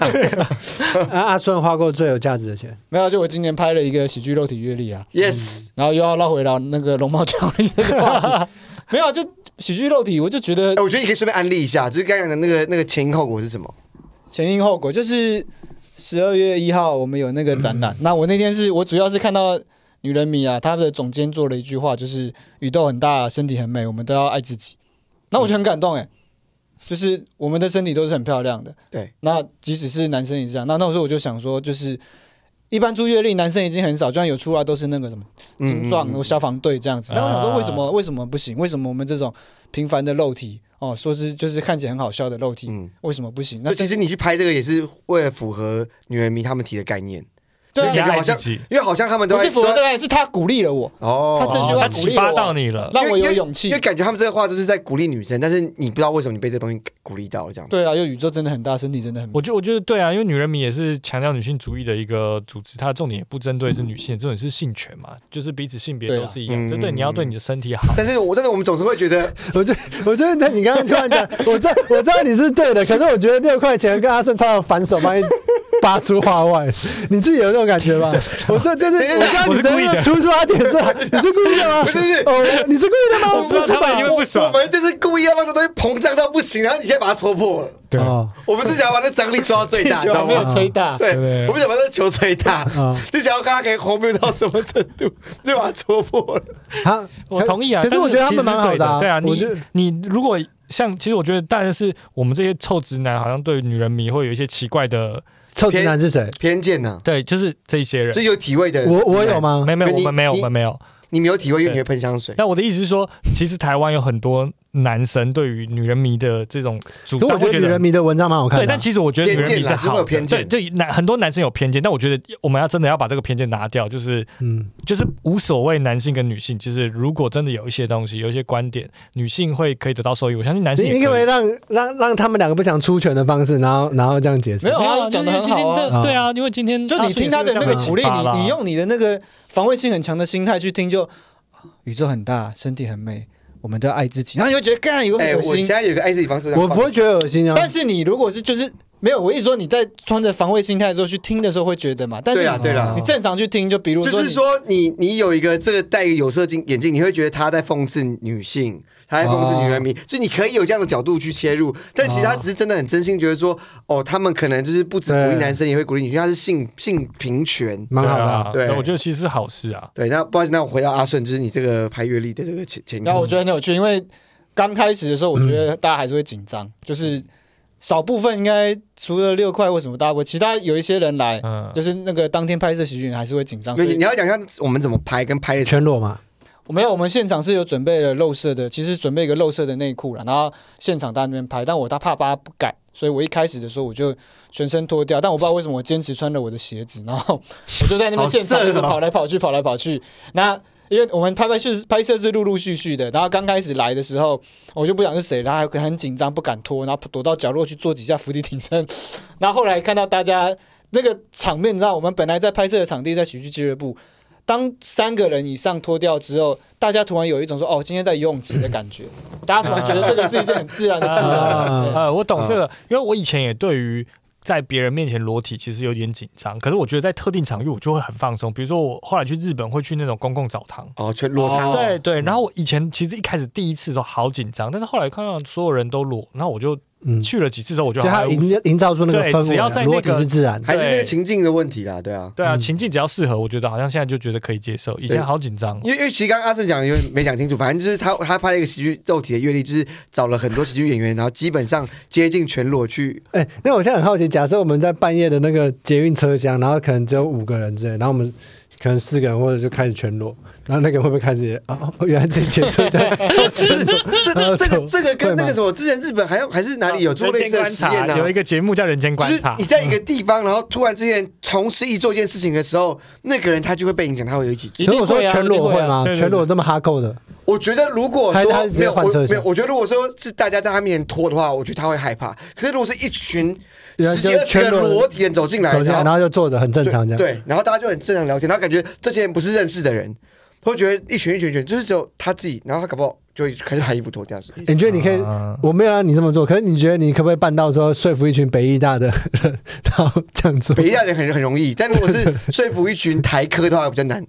[SPEAKER 5] [LAUGHS] 啊阿顺花过最有价值的钱，
[SPEAKER 2] 没有，就我今年拍了一个喜剧肉体阅历啊，
[SPEAKER 4] yes，
[SPEAKER 2] 然后又要绕回到那个龙猫奖励这个话题， [LAUGHS] 没有，啊就喜剧肉体，我就觉得
[SPEAKER 4] 哎、我觉得你可以顺便安利一下，就是刚刚讲的那个那个前因后果是什么？
[SPEAKER 2] 前因后果，就是十二月一号我们有那个展览。那我那天是我主要是看到女人迷啊，她的总监做了一句话，就是宇宙很大，身体很美，我们都要爱自己。那我就很感动哎、就是我们的身体都是很漂亮的。
[SPEAKER 4] 对，
[SPEAKER 2] 那即使是男生也是这样。那那时候我就想说，就是一般住月历男生已经很少，就算有出来都是那个什么精壮
[SPEAKER 4] 嗯嗯嗯
[SPEAKER 2] 消防队这样子。那我想说，
[SPEAKER 3] 啊
[SPEAKER 2] 为什么为什么不行？为什么我们这种平凡的肉体哦，说是就是看起来很好笑的肉体，
[SPEAKER 4] 嗯
[SPEAKER 2] 为什么不行？那
[SPEAKER 4] 那其实你去拍这个也是为了符合女人迷他们提的概念，
[SPEAKER 2] 对啊
[SPEAKER 4] 就感觉好像
[SPEAKER 3] 自己，
[SPEAKER 4] 因为好像他们都
[SPEAKER 2] 不
[SPEAKER 4] 在
[SPEAKER 2] 是符合
[SPEAKER 4] 都
[SPEAKER 2] 的
[SPEAKER 4] 在
[SPEAKER 2] 人，是他鼓励了我，他这
[SPEAKER 4] 哦。
[SPEAKER 2] 句
[SPEAKER 3] 哦他
[SPEAKER 2] 话鼓励
[SPEAKER 3] 启
[SPEAKER 2] 我啊
[SPEAKER 3] 发到你了，
[SPEAKER 2] 让我
[SPEAKER 4] 因
[SPEAKER 2] 有
[SPEAKER 4] 为
[SPEAKER 2] 勇
[SPEAKER 4] 因
[SPEAKER 2] 气
[SPEAKER 4] 为。感觉他们这个话就是在鼓励女生，但是你不知道为什么你被这东西鼓励到了这样。
[SPEAKER 2] 对啊，因为宇宙真的很大，身体真的很美
[SPEAKER 3] 我觉得，我觉得对啊，因为女人迷也是强调女性主义的一个组织，它的重点也不针对是女性，重点是性权嘛，就是彼此性别
[SPEAKER 2] 对
[SPEAKER 3] 都
[SPEAKER 2] 啦
[SPEAKER 3] 是一样，
[SPEAKER 4] 嗯
[SPEAKER 3] 对对，你要对你的身体好。
[SPEAKER 4] 但是我但是我们总是会觉得，
[SPEAKER 5] [LAUGHS] 我觉我觉得你刚刚突然讲，我知道我知道你是对的，可是我觉得六块钱跟阿顺超有反手把你拔出话外，你自己有这种感觉吧？我这就是
[SPEAKER 4] 等一下
[SPEAKER 5] 我刚刚你的那个出发点是，你是故意的吗？
[SPEAKER 4] 不是不是
[SPEAKER 5] 哦，你是故意的吗？
[SPEAKER 3] 我不知道
[SPEAKER 5] 是
[SPEAKER 3] 他们
[SPEAKER 5] 吧哦
[SPEAKER 3] 因？为不爽
[SPEAKER 4] 我们就是故意要让这东西膨胀到不行，然后你现在把它戳破了。
[SPEAKER 3] 对
[SPEAKER 5] 哦
[SPEAKER 4] 我们是想要把那张力抓到
[SPEAKER 2] [LAUGHS]
[SPEAKER 4] 啊最大，你知道
[SPEAKER 2] 没有
[SPEAKER 4] 吗？
[SPEAKER 2] 吹大，
[SPEAKER 4] 对，
[SPEAKER 3] 对
[SPEAKER 4] 我们想把这球吹大，
[SPEAKER 5] 啊，
[SPEAKER 4] 就想要看它可以荒谬到什么程度，就把它戳破了。
[SPEAKER 5] 好，
[SPEAKER 3] 我同意啊，
[SPEAKER 5] 可是我觉得他们蛮好
[SPEAKER 3] 的、
[SPEAKER 5] 啊，
[SPEAKER 3] 对啊，
[SPEAKER 5] 我觉
[SPEAKER 3] 你
[SPEAKER 5] 得
[SPEAKER 3] 你如果像，其实我觉得，但是我们这些臭直男好像对女人迷会有一些奇怪的，
[SPEAKER 5] 臭直男是谁？
[SPEAKER 4] 偏见呐、
[SPEAKER 3] 对，就是这一些人
[SPEAKER 4] 所，以有体味的，
[SPEAKER 5] 我我有吗？
[SPEAKER 3] 没有没有，我
[SPEAKER 4] 你
[SPEAKER 3] 们没有，
[SPEAKER 4] 你
[SPEAKER 3] 我们没有。
[SPEAKER 4] 你没有体味，因为你会喷香水。
[SPEAKER 3] 但我的意思是说，其实台湾有很多男生对于女人迷的这种主
[SPEAKER 5] 可
[SPEAKER 3] 张，
[SPEAKER 5] 我觉得
[SPEAKER 3] 会觉
[SPEAKER 5] 女
[SPEAKER 3] 得
[SPEAKER 5] 人迷的文章蛮好看
[SPEAKER 3] 对，
[SPEAKER 5] 的啊。
[SPEAKER 3] 但其实我觉得女人迷
[SPEAKER 4] 偏见
[SPEAKER 3] 是好
[SPEAKER 4] 啦就是会有
[SPEAKER 3] 的，
[SPEAKER 4] 偏见
[SPEAKER 3] 对对，男很多男生有偏见，但我觉得我们要真的要把这个偏见拿掉，就是
[SPEAKER 5] 嗯，
[SPEAKER 3] 就是无所谓男性跟女性，就是如果真的有一些东西，有一些观点，女性会可以得到受益，我相信男性
[SPEAKER 5] 你
[SPEAKER 3] 也可
[SPEAKER 5] 你
[SPEAKER 3] 以。
[SPEAKER 5] 可不可以让让让他们两个不想出拳的方式，然后然后这样解释
[SPEAKER 2] 没？有
[SPEAKER 3] 没有
[SPEAKER 2] 啊，
[SPEAKER 3] 啊，
[SPEAKER 2] 讲
[SPEAKER 3] 因
[SPEAKER 2] 的
[SPEAKER 3] 为
[SPEAKER 2] 很
[SPEAKER 3] 今天
[SPEAKER 2] 好啊。
[SPEAKER 3] 的对啊，因为今天
[SPEAKER 2] 就你听他的
[SPEAKER 4] [LAUGHS]
[SPEAKER 2] 那个
[SPEAKER 4] 啊
[SPEAKER 2] 鼓励，
[SPEAKER 3] 阿顺也是有这样的启发啦
[SPEAKER 2] 你你用你的那个防卫性很强的心态去听，就啊宇宙很大，身体很美，我们都要爱自己，然后你会觉得干有
[SPEAKER 4] 哎、
[SPEAKER 2] 很恶
[SPEAKER 4] 我现
[SPEAKER 2] 心。
[SPEAKER 4] 在有个爱自己方式，
[SPEAKER 5] 我不会觉得恶心啊。
[SPEAKER 2] 但是你如果是就是没有，我一直说你在穿着防卫心态的时候去听的时候会觉得嘛，但是
[SPEAKER 4] 对啦
[SPEAKER 2] 你
[SPEAKER 4] 对啦
[SPEAKER 2] 你，正常去听，就比如
[SPEAKER 4] 就是
[SPEAKER 2] 你
[SPEAKER 4] 说你你有一个这个戴一个有色镜眼镜，你会觉得他在讽刺女性，他在讽刺女人迷，所以你可以有这样的角度去切入，但其实他只是真的很真心觉得说，哦，他们可能就是不止鼓励
[SPEAKER 1] 对
[SPEAKER 4] 男生，也会鼓励女性，他是性性平权。
[SPEAKER 1] 蛮好的啊、
[SPEAKER 3] 啊
[SPEAKER 4] 对
[SPEAKER 3] 那我觉得其实是好事啊。
[SPEAKER 4] 对，那不好意思，那我回到阿顺，就是你这个拍阅历的这个前前
[SPEAKER 2] 然后我觉得很有趣，因为刚开始的时候，我觉
[SPEAKER 4] 嗯
[SPEAKER 2] 得大家还是会紧张，就是少部分应该除了六块或什么大家不会，其他有一些人来，
[SPEAKER 3] 嗯，
[SPEAKER 2] 就是那个当天拍摄喜剧人还是会紧张。所
[SPEAKER 4] 因为你
[SPEAKER 2] 以
[SPEAKER 4] 你要讲一下我们怎么拍跟拍的
[SPEAKER 1] 全裸嘛，
[SPEAKER 2] 我没有，我们现场是有准备了肉色的，其实准备一个肉色的内裤了，然后现场大家那边拍，但我他怕爸不敢，所以我一开始的时候我就全身脱掉，但我不知道为什么我坚持穿了我的鞋子，然后我就在那边现场
[SPEAKER 4] [LAUGHS] 好色哦
[SPEAKER 2] 就是跑来跑去，跑来跑去。那因为我们拍拍是拍摄是陆陆续续的，然后刚开始来的时候，我就不想是谁，然后还很紧张不敢脱，然后躲到角落去做几下伏地挺身。然后后来看到大家那个场面，你知道我们本来在拍摄的场地在喜剧俱乐部，当三个人以上脱掉之后，大家突然有一种说哦，今天在游泳池的感觉，大家突然觉得这个是一件很自然的事
[SPEAKER 1] 啊
[SPEAKER 2] 了。
[SPEAKER 3] 呃，我懂这个，因为我以前也对于在别人面前裸体其实有点紧张，可是我觉得在特定场域我就会很放松。比如说我后来去日本会去那种公共澡堂，
[SPEAKER 4] 哦，全裸汤
[SPEAKER 2] 哦
[SPEAKER 3] 对对。然后我以前其实一开始第一次的时候好紧张，但是后来看到所有人都裸，然后我就
[SPEAKER 1] 嗯，
[SPEAKER 3] 去了几次之后我就
[SPEAKER 1] 就
[SPEAKER 3] 还
[SPEAKER 1] 他
[SPEAKER 3] 无
[SPEAKER 1] 营营造出那个
[SPEAKER 3] 对
[SPEAKER 1] 氛
[SPEAKER 3] 只
[SPEAKER 1] 围啊
[SPEAKER 3] 要，在那
[SPEAKER 1] 裸体
[SPEAKER 3] 个
[SPEAKER 1] 是自然的，
[SPEAKER 4] 还是那个
[SPEAKER 3] 对
[SPEAKER 4] 情境的问题啦，对啊。
[SPEAKER 3] 对啊，
[SPEAKER 1] 嗯
[SPEAKER 3] 情境只要适合，我觉得好像现在就觉得可以接受。以前好紧张，
[SPEAKER 4] 因为因为其实刚刚阿顺讲的有点没讲清楚，反正就是他他拍了一个喜剧肉体的阅历，就是找了很多喜剧演员，然后基本上接近全裸去 [LAUGHS]
[SPEAKER 1] 哎、那我现在很好奇，假设我们在半夜的那个捷运车厢，然后可能只有五个人之类，然后我们可能四个人或者就开始全裸，然后那个人会不会开始也哦，哦原来这捷运车厢
[SPEAKER 4] 这这个这个跟那
[SPEAKER 1] 会吗
[SPEAKER 4] 个什么，之前日本还有还是哪里有做
[SPEAKER 3] 人
[SPEAKER 4] 类
[SPEAKER 3] 间
[SPEAKER 4] 似的
[SPEAKER 3] 观
[SPEAKER 4] 实
[SPEAKER 3] 察
[SPEAKER 4] 验呢、啊
[SPEAKER 3] 有一个节目叫《人间
[SPEAKER 4] 就
[SPEAKER 3] 观
[SPEAKER 4] 是
[SPEAKER 3] 察
[SPEAKER 4] 你》，在一个地方，然后突然之间同时一做一件事情的时候，那个人他就会被影响，他会有一起做。
[SPEAKER 2] 一
[SPEAKER 1] 如果
[SPEAKER 2] 定
[SPEAKER 1] 说
[SPEAKER 2] 会啊，
[SPEAKER 1] 全裸
[SPEAKER 2] 一定
[SPEAKER 1] 会
[SPEAKER 2] 啊？
[SPEAKER 1] 吗？
[SPEAKER 3] 对对对
[SPEAKER 1] 全裸这么哈扣的，
[SPEAKER 4] 我觉得如果
[SPEAKER 1] 还是他
[SPEAKER 4] 说
[SPEAKER 1] 直接
[SPEAKER 4] 没有
[SPEAKER 1] 换
[SPEAKER 4] 我
[SPEAKER 1] 车厢
[SPEAKER 4] 没有，我觉得如果说是大家在他面前拖的话，我觉得他会害怕。可是如果是一群
[SPEAKER 1] 人
[SPEAKER 4] 十
[SPEAKER 1] 就
[SPEAKER 4] 几二十个
[SPEAKER 1] 全裸
[SPEAKER 4] 裸体人走进来，
[SPEAKER 1] 走下来然后就坐着，很正
[SPEAKER 4] 对
[SPEAKER 1] 常这样。
[SPEAKER 4] 对，然后大家就很正常聊天，然后感觉这些人不是认识的人，会觉得一群一群一群，就是只有他自己，然后他搞不好就会开始把衣服脱掉。
[SPEAKER 1] 哎你觉得你可以？
[SPEAKER 3] 嗯
[SPEAKER 1] 我没有让你这么做，可是你觉得你可不可以办到说说服一群北艺大的人，然后这样做？
[SPEAKER 4] 北亚人很很容易，但如果是
[SPEAKER 1] [LAUGHS]
[SPEAKER 4] 说服一群台科的话比较难。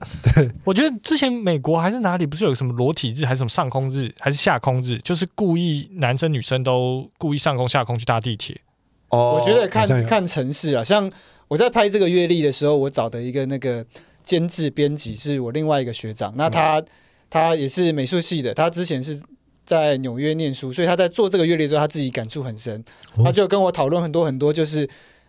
[SPEAKER 3] 我觉得之前美国还是哪里不是有什么裸体日，还是什么上空日，还是下空日，就是故意男生女生都故意上空下空去搭地铁。
[SPEAKER 4] 哦
[SPEAKER 2] 我觉得
[SPEAKER 1] 好像
[SPEAKER 2] 看
[SPEAKER 1] 有
[SPEAKER 2] 看城市啊，像我在拍这个阅历的时候，我找的一个那个监制编辑是我另外一个学
[SPEAKER 1] 嗯
[SPEAKER 2] 长，那他、他也是美术系的，他之前是在纽约念书，所以他在做这个阅历的时候，他自己感触很深，
[SPEAKER 1] 哦
[SPEAKER 2] 他就跟我讨论很多很多，就是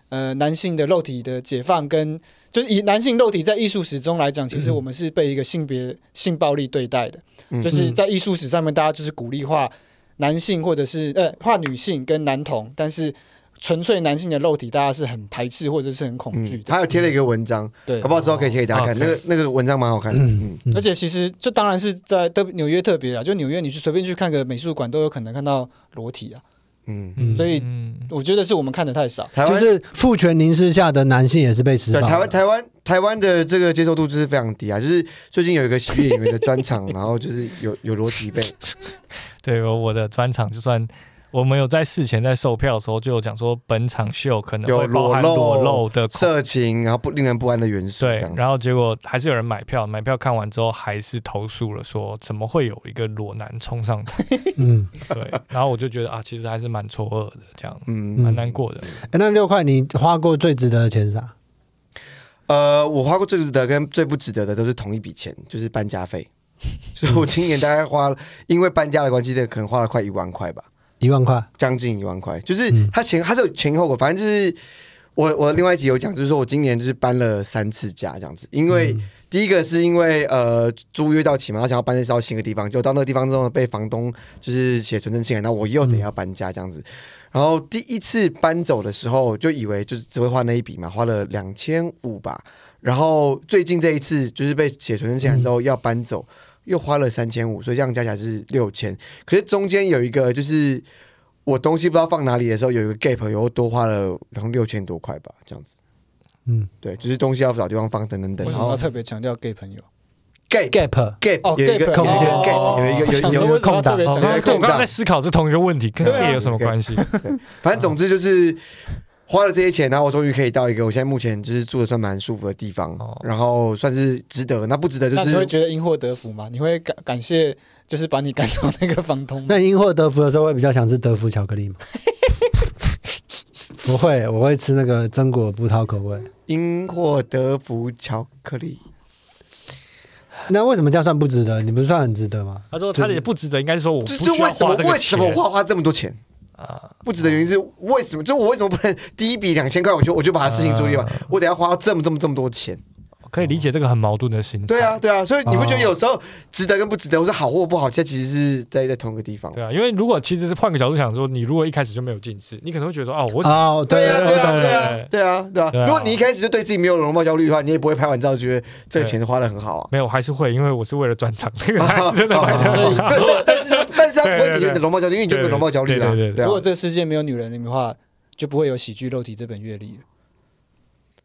[SPEAKER 2] 呃男性的肉体的解放跟。就是以男性肉体在艺术史中来讲，其实
[SPEAKER 1] 嗯
[SPEAKER 2] 我们是被一个性别性暴力对待的，
[SPEAKER 4] 嗯
[SPEAKER 2] 就是在艺术史上面，大家就是鼓励画男性或者是呃画女性跟男童，但是纯粹男性的肉体，大家是很排斥或者是很恐惧
[SPEAKER 4] 嗯，
[SPEAKER 2] 的。
[SPEAKER 4] 他有贴了一个文章，
[SPEAKER 2] 对
[SPEAKER 4] 搞，不好之后可以贴给大家看。
[SPEAKER 3] 哦
[SPEAKER 4] 那个那个文章蛮好看的，嗯，
[SPEAKER 2] 而且其实这当然是在特纽约特别啊，就纽约你去随便去看个美术馆都有可能看到裸体啊。
[SPEAKER 4] 嗯嗯。
[SPEAKER 1] 嗯
[SPEAKER 2] 所以
[SPEAKER 3] 嗯，
[SPEAKER 2] 我觉得是我们看的太少。
[SPEAKER 4] 台
[SPEAKER 1] 就
[SPEAKER 4] 湾
[SPEAKER 1] 是父权凝视下的男性也是被施暴
[SPEAKER 4] 对
[SPEAKER 1] 的。
[SPEAKER 4] 台湾台湾台湾的这个接受度就是非常低啊，就是最近有一个喜剧演员的
[SPEAKER 1] [LAUGHS]
[SPEAKER 4] 专场，然后就是有有裸体被
[SPEAKER 3] 对，我我的专场就算。我们有在事前在售票的时候就有讲说，本场秀可能会
[SPEAKER 4] 有
[SPEAKER 3] 包
[SPEAKER 4] 裸
[SPEAKER 3] 含
[SPEAKER 4] 露
[SPEAKER 3] 裸露的恐
[SPEAKER 4] 色情，然后不令人不安的元素这
[SPEAKER 3] 对
[SPEAKER 4] 样，。
[SPEAKER 3] 然后结果还是有人买票，买票看完之后还是投诉了说，怎么会有一个裸男冲上台？
[SPEAKER 1] 嗯，
[SPEAKER 4] [LAUGHS]
[SPEAKER 3] 对，然后我就觉得啊，其实还是蛮错愕的，这样
[SPEAKER 4] 嗯，
[SPEAKER 3] 蛮难过的。
[SPEAKER 1] 哎那六块你花过最值得的钱是啥？
[SPEAKER 4] 呃，我花过最值得跟最不值得的都是同一笔钱，就是搬家费。所以我今年大概花了，因为搬家的关系，可能花了快一万块吧。
[SPEAKER 1] 一万块。
[SPEAKER 4] 将近一万块，就是它前它是有前因后果，反正就是我我另外一集有讲，就是说我今年就是搬了三次家这样子，因为、第一个是因为呃租约到期嘛，他想要搬到新的地方，就到那个地方之后被房东就是写存证信函，那我又得要搬家这样子。然后第一次搬走的时候，就以为就是只会花那一笔嘛，花了两千五吧。然后最近这一次就是被写存证信函之后要搬走，又花了三千五，所以这样加起来是六千。可是中间有一个就是我东西不知道放哪里的时候，有一个 gap，又多花了然后六千多块吧，这样子。
[SPEAKER 1] 嗯，
[SPEAKER 4] 对，就是东西要找地方放，等等等。
[SPEAKER 2] 为什
[SPEAKER 4] 然
[SPEAKER 2] 么
[SPEAKER 4] 后
[SPEAKER 2] 要特别强调 gay 朋友？
[SPEAKER 4] gap
[SPEAKER 1] gap，
[SPEAKER 4] gap
[SPEAKER 2] 哦
[SPEAKER 4] 有一个
[SPEAKER 2] ，gap，
[SPEAKER 4] 有一个
[SPEAKER 1] 哦
[SPEAKER 4] gap 有一
[SPEAKER 2] 我
[SPEAKER 4] 个有
[SPEAKER 2] 想
[SPEAKER 4] 一个
[SPEAKER 2] 说
[SPEAKER 4] 有一
[SPEAKER 2] 为
[SPEAKER 4] 个，
[SPEAKER 2] 什么要特别强
[SPEAKER 3] 哦
[SPEAKER 2] 调
[SPEAKER 4] 对？
[SPEAKER 3] 我刚刚在思考是同一个问题，跟
[SPEAKER 2] 对啊
[SPEAKER 3] gay 有什么关系？
[SPEAKER 4] 反正总之就是花了这些钱，然后我终于可以到一个我现在目前就是住的算蛮舒服的地方，
[SPEAKER 3] 哦
[SPEAKER 4] 然后算是值得。那不值得就
[SPEAKER 2] 那你会
[SPEAKER 4] 是
[SPEAKER 2] 觉得因祸得福吗？你会感感谢，就是把你赶走那个房东吗？
[SPEAKER 5] 那因祸得福的时候，会比较想吃德芙巧克力 [LAUGHS] 吗？不会，我会吃那个榛果葡萄口味。
[SPEAKER 4] 因祸得福巧克力。
[SPEAKER 5] 那为什么这样算不值得？你不是算很值得吗？
[SPEAKER 3] 他说他
[SPEAKER 5] 就是
[SPEAKER 3] 也不值得，应该是说我不
[SPEAKER 4] 这
[SPEAKER 3] 需
[SPEAKER 4] 这
[SPEAKER 3] 要
[SPEAKER 4] 为什
[SPEAKER 3] 花
[SPEAKER 4] 么
[SPEAKER 3] 这
[SPEAKER 4] 为
[SPEAKER 3] 个
[SPEAKER 4] 什
[SPEAKER 3] 钱
[SPEAKER 4] 么我花花这么多钱？
[SPEAKER 3] 啊，
[SPEAKER 4] 不值得原因是为什么？就我为什么不能第一笔两千块，我就我就把它事情处理完？我得要花这么这么这么多钱？
[SPEAKER 3] 可以理解这个很矛盾的心态。
[SPEAKER 4] 对啊，，对啊，所以你不觉得
[SPEAKER 5] 哦
[SPEAKER 4] 有时候值得跟不值得，或是好或不好，这其实是在在同一个地方。
[SPEAKER 3] 对啊，因为如果其实是换个角度想说，你如果一开始就没有近视，你可能会觉得哦，我
[SPEAKER 5] 哦，
[SPEAKER 4] 对啊，
[SPEAKER 5] 对
[SPEAKER 4] 对啊，
[SPEAKER 3] 对
[SPEAKER 4] 对啊，对啊，对啊
[SPEAKER 3] 对啊。
[SPEAKER 4] 如果你一开始就对自己没有容貌焦虑的话，你也不会拍完照觉得这个钱花的很好啊。
[SPEAKER 3] 没有，还是会，因为我是为了专场， [LAUGHS] 那个还是真
[SPEAKER 4] [LAUGHS]
[SPEAKER 3] 的买的
[SPEAKER 4] 哦
[SPEAKER 3] 很好。
[SPEAKER 4] 对但是但是他不会解决你的容貌焦虑，因为你就没有容貌焦虑了。
[SPEAKER 3] 对对对
[SPEAKER 4] 对
[SPEAKER 2] 如
[SPEAKER 4] 啊
[SPEAKER 2] 果，这个世界没有女人的话，就不会有喜剧肉体这本阅历了。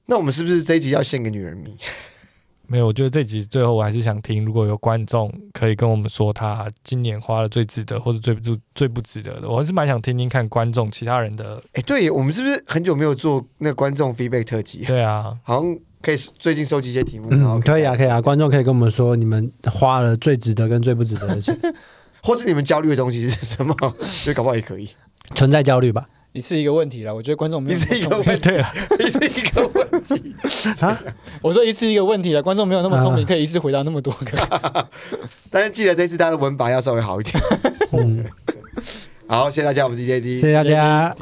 [SPEAKER 4] 那我们是不是这一集要献给女人迷？
[SPEAKER 3] 没有，我觉得这集最后我还是想听，如果有观众可以跟我们说他今年花了最值得或者最不最不值得的，我还是蛮想听听看观众其他人的。
[SPEAKER 4] 哎，对耶我们是不是很久没有做那个观众 feedback 特辑？
[SPEAKER 3] 对啊，
[SPEAKER 4] 好像可以最近收集一些题目，然后
[SPEAKER 5] 嗯，可以啊，，可以啊，观众可以跟我们说你们花了最值得跟最不值得的钱，
[SPEAKER 4] 或是你们焦虑的东西是什么？ [LAUGHS] 就搞不好也可以。
[SPEAKER 5] [LAUGHS] 存在焦虑吧？
[SPEAKER 2] 你是一个问题了，我觉得观众没
[SPEAKER 4] 你
[SPEAKER 2] 有。
[SPEAKER 4] 是一个问题，你是一个问题。
[SPEAKER 5] 啊，
[SPEAKER 2] 我说一次一个问题了，观众没有那么聪明，
[SPEAKER 5] 啊
[SPEAKER 2] 可以一次回答那么多个。
[SPEAKER 4] 但是记得这次大家的文法要稍微好一点。
[SPEAKER 5] 嗯，
[SPEAKER 4] 好，谢谢大家，我们是 E JD。
[SPEAKER 5] 谢谢大家，